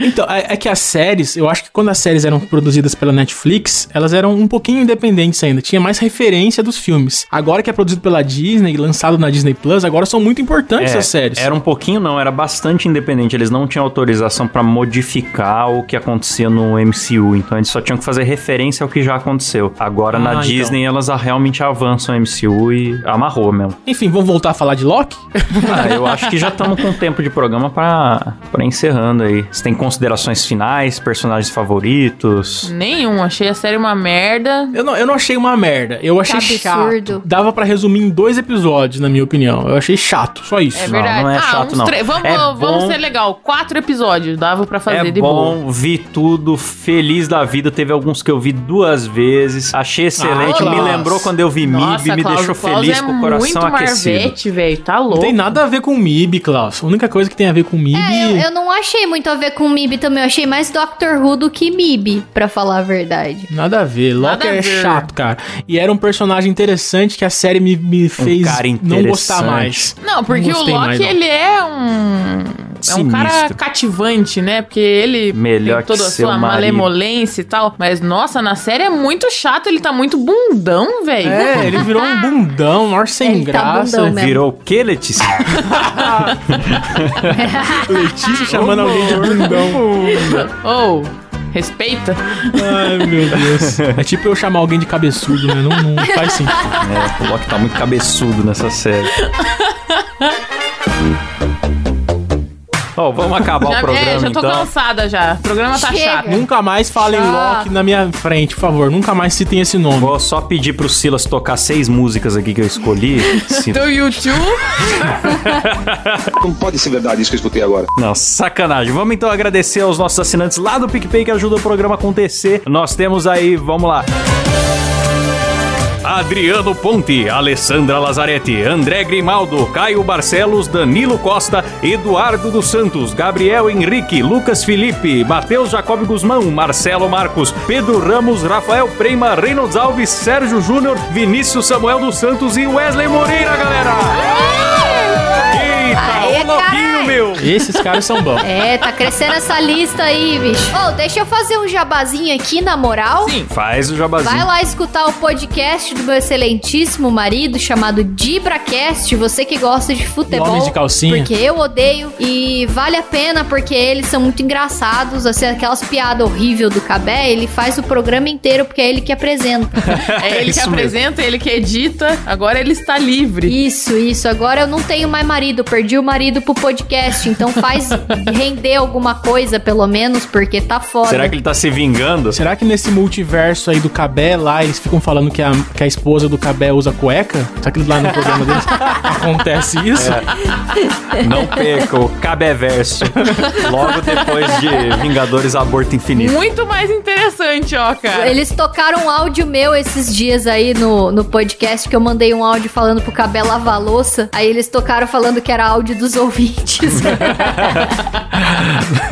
[SPEAKER 2] Então, é, é que as séries, eu acho que quando as séries eram produzidas pela Netflix, elas eram um pouquinho independentes ainda, tinha mais referência dos filmes. Agora que é produzido pela Disney, e lançado na Disney Plus, agora são muito importantes
[SPEAKER 1] É,
[SPEAKER 2] as séries.
[SPEAKER 1] Era um pouquinho, não, era bastante independente. Eles não tinham autorização pra modificar o que acontecia no MCU, então eles só tinham que fazer referência ao que já aconteceu. Agora
[SPEAKER 2] Ah,
[SPEAKER 1] na
[SPEAKER 2] então.
[SPEAKER 1] Disney elas ah, realmente avançam o MCU e amarrou
[SPEAKER 2] <laughs>
[SPEAKER 1] mesmo.
[SPEAKER 2] Enfim, vamos voltar a falar
[SPEAKER 1] <laughs>
[SPEAKER 2] de Loki?
[SPEAKER 1] Ah, eu acho que já estamos com tempo de programa pra pra encerrando aí. Você tem considerações finais, personagens favoritos?
[SPEAKER 3] Nenhum, achei a série uma merda.
[SPEAKER 2] Eu não, eu não achei uma merda. Eu achei
[SPEAKER 4] Que
[SPEAKER 2] chato.
[SPEAKER 4] absurdo.
[SPEAKER 2] Dava pra resumir em dois episódios, na minha opinião. Eu achei chato, só isso.
[SPEAKER 3] É verdade.
[SPEAKER 1] não é chato,
[SPEAKER 3] uns
[SPEAKER 1] não.
[SPEAKER 3] tre- Vamos,
[SPEAKER 1] É
[SPEAKER 3] vamos
[SPEAKER 1] bom.
[SPEAKER 3] ser legal. Quatro episódios dava pra fazer
[SPEAKER 1] é
[SPEAKER 3] de boa.
[SPEAKER 1] bom, vi tudo, feliz da vida. Teve alguns que eu vi duas vezes, achei excelente.
[SPEAKER 2] Ah,
[SPEAKER 1] me
[SPEAKER 2] Klaus.
[SPEAKER 1] lembrou quando eu vi MIB, me
[SPEAKER 3] Klaus,
[SPEAKER 1] deixou
[SPEAKER 3] o Klaus
[SPEAKER 1] feliz
[SPEAKER 3] é
[SPEAKER 1] com o coração
[SPEAKER 3] muito
[SPEAKER 1] aquecido.
[SPEAKER 3] Marvete, velho, tá
[SPEAKER 2] Não
[SPEAKER 3] louco.
[SPEAKER 2] tem nada a ver com o MIB, Klaus. A única coisa que tem a ver com o MIB.
[SPEAKER 4] É, eu, eu não achei muito a ver com MIB também. Eu achei mais Doctor Who do que MIB, pra falar a verdade.
[SPEAKER 2] Nada a ver, Loki
[SPEAKER 3] Nada a
[SPEAKER 2] é
[SPEAKER 3] ver.
[SPEAKER 2] chato, cara. E era um personagem interessante que a série me, me fez
[SPEAKER 1] Um cara
[SPEAKER 2] não gostar
[SPEAKER 1] interessante.
[SPEAKER 2] mais.
[SPEAKER 3] Não,
[SPEAKER 2] Não
[SPEAKER 3] porque o
[SPEAKER 2] gostei
[SPEAKER 3] Loki,
[SPEAKER 2] mais, não.
[SPEAKER 3] ele é um... É um cara
[SPEAKER 1] Sinistro.
[SPEAKER 3] cativante, né? Porque ele
[SPEAKER 1] Melhor
[SPEAKER 3] tem toda
[SPEAKER 1] que
[SPEAKER 3] a
[SPEAKER 1] seu
[SPEAKER 3] sua
[SPEAKER 1] marido.
[SPEAKER 3] malemolência e tal. Mas, nossa, na série é muito chato. Ele tá muito bundão, velho.
[SPEAKER 2] É, ele virou um bundão, maior sem
[SPEAKER 4] Ah. Ele tá
[SPEAKER 2] graça.
[SPEAKER 4] bundão
[SPEAKER 3] né?
[SPEAKER 4] mesmo.
[SPEAKER 1] Virou o que,
[SPEAKER 3] <laughs>
[SPEAKER 1] Letícia?
[SPEAKER 2] Letícia chamando alguém de bundão.
[SPEAKER 3] Oh, respeita.
[SPEAKER 2] Ai, meu Deus. É tipo eu chamar alguém de cabeçudo, né? Não, não faz sentido.
[SPEAKER 1] é, o Loki tá muito cabeçudo nessa série. Ó, vamos acabar o
[SPEAKER 3] Já-
[SPEAKER 1] programa,
[SPEAKER 3] é, já tô
[SPEAKER 1] então.
[SPEAKER 3] cansada já. O programa tá
[SPEAKER 4] Chega.
[SPEAKER 3] chato.
[SPEAKER 2] Nunca mais falem
[SPEAKER 4] Ah.
[SPEAKER 2] Loki na minha frente, por favor. Nunca mais citem esse nome.
[SPEAKER 1] Vou só pedir pro Silas tocar seis músicas aqui que eu
[SPEAKER 3] <laughs>
[SPEAKER 1] escolhi. Silas.
[SPEAKER 3] Do Então, YouTube.
[SPEAKER 7] Não pode ser verdade isso que eu escutei agora.
[SPEAKER 1] Não, sacanagem. Vamos então agradecer aos nossos assinantes lá do PicPay que ajudam o programa a acontecer. Nós temos aí, vamos lá. Adriano Ponte, Alessandra Lazarete, André Grimaldo, Caio Barcelos, Danilo Costa, Eduardo dos Santos, Gabriel Henrique, Lucas Felipe, Matheus Jacob Guzmão, Marcelo Marcos, Pedro Ramos, Rafael Prema, Reynolds Alves, Sérgio Júnior, Vinícius Samuel dos Santos e Wesley Moreira, galera!
[SPEAKER 4] Aê,
[SPEAKER 1] Eita, ô louquinho,
[SPEAKER 4] carai!
[SPEAKER 1] meu!
[SPEAKER 2] Esses caras são bons.
[SPEAKER 4] É, tá crescendo essa lista aí, bicho. Ô, deixa eu fazer um jabazinho aqui, na moral.
[SPEAKER 3] Sim.
[SPEAKER 1] Faz o jabazinho.
[SPEAKER 4] Vai lá escutar o podcast do meu excelentíssimo marido chamado DibraCast, você que gosta de futebol.
[SPEAKER 2] Homens de calcinha.
[SPEAKER 4] Porque eu odeio e vale a pena porque eles são muito engraçados, assim, aquelas piadas horríveis do Cabé, ele faz o programa inteiro porque é ele
[SPEAKER 2] <laughs>
[SPEAKER 4] que apresenta.
[SPEAKER 3] É ele que
[SPEAKER 1] isso mesmo.
[SPEAKER 3] apresenta, ele que edita. Agora ele está livre.
[SPEAKER 4] isso, isso. Agora eu não tenho mais marido, perdi o marido pro podcast,
[SPEAKER 2] <laughs>
[SPEAKER 4] então faz render alguma coisa pelo menos porque tá foda.
[SPEAKER 1] Será que ele tá se vingando?
[SPEAKER 2] Será que nesse multiverso aí do Cabé lá, eles ficam falando que a, que a esposa do Cabé usa cueca? Será que lá no programa <laughs> deles acontece isso?
[SPEAKER 4] <laughs>
[SPEAKER 1] Não perca o Cabeverso. Logo depois de Vingadores Aborto
[SPEAKER 4] <laughs>
[SPEAKER 1] Infinito.
[SPEAKER 3] Muito mais interessante, ó, cara.
[SPEAKER 4] Eles tocaram um áudio meu esses dias aí no, no podcast que eu mandei um áudio falando pro <laughs> Cabé lavar a louça. Aí eles tocaram falando que era áudio dos ouvintes.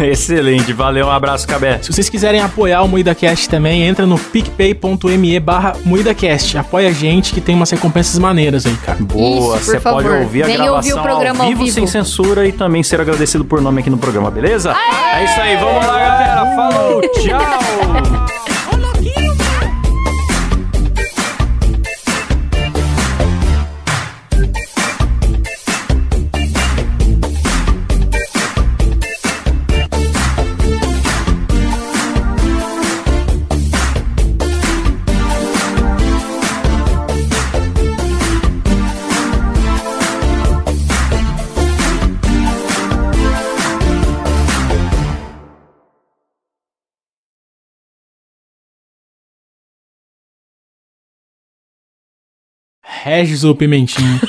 [SPEAKER 1] Excelente, valeu, um abraço, Cabé.
[SPEAKER 2] Se vocês quiserem apoiar o MoídaCast também, entra no picpay.me barra MoídaCast. Apoia a gente que tem umas recompensas maneiras aí, cara.
[SPEAKER 1] Boa,
[SPEAKER 4] Isso, por
[SPEAKER 1] você pode
[SPEAKER 4] favor.
[SPEAKER 1] ouvir a
[SPEAKER 4] Venha
[SPEAKER 1] gravação
[SPEAKER 4] ouvir o programa
[SPEAKER 1] ao,
[SPEAKER 4] ao
[SPEAKER 1] vivo,
[SPEAKER 4] vivo.
[SPEAKER 1] sem censura e também ser agradecido por nome aqui no programa, beleza? É isso aí, vamos lá, galera. Falou, tchau!
[SPEAKER 2] Regis ou Pimentinho.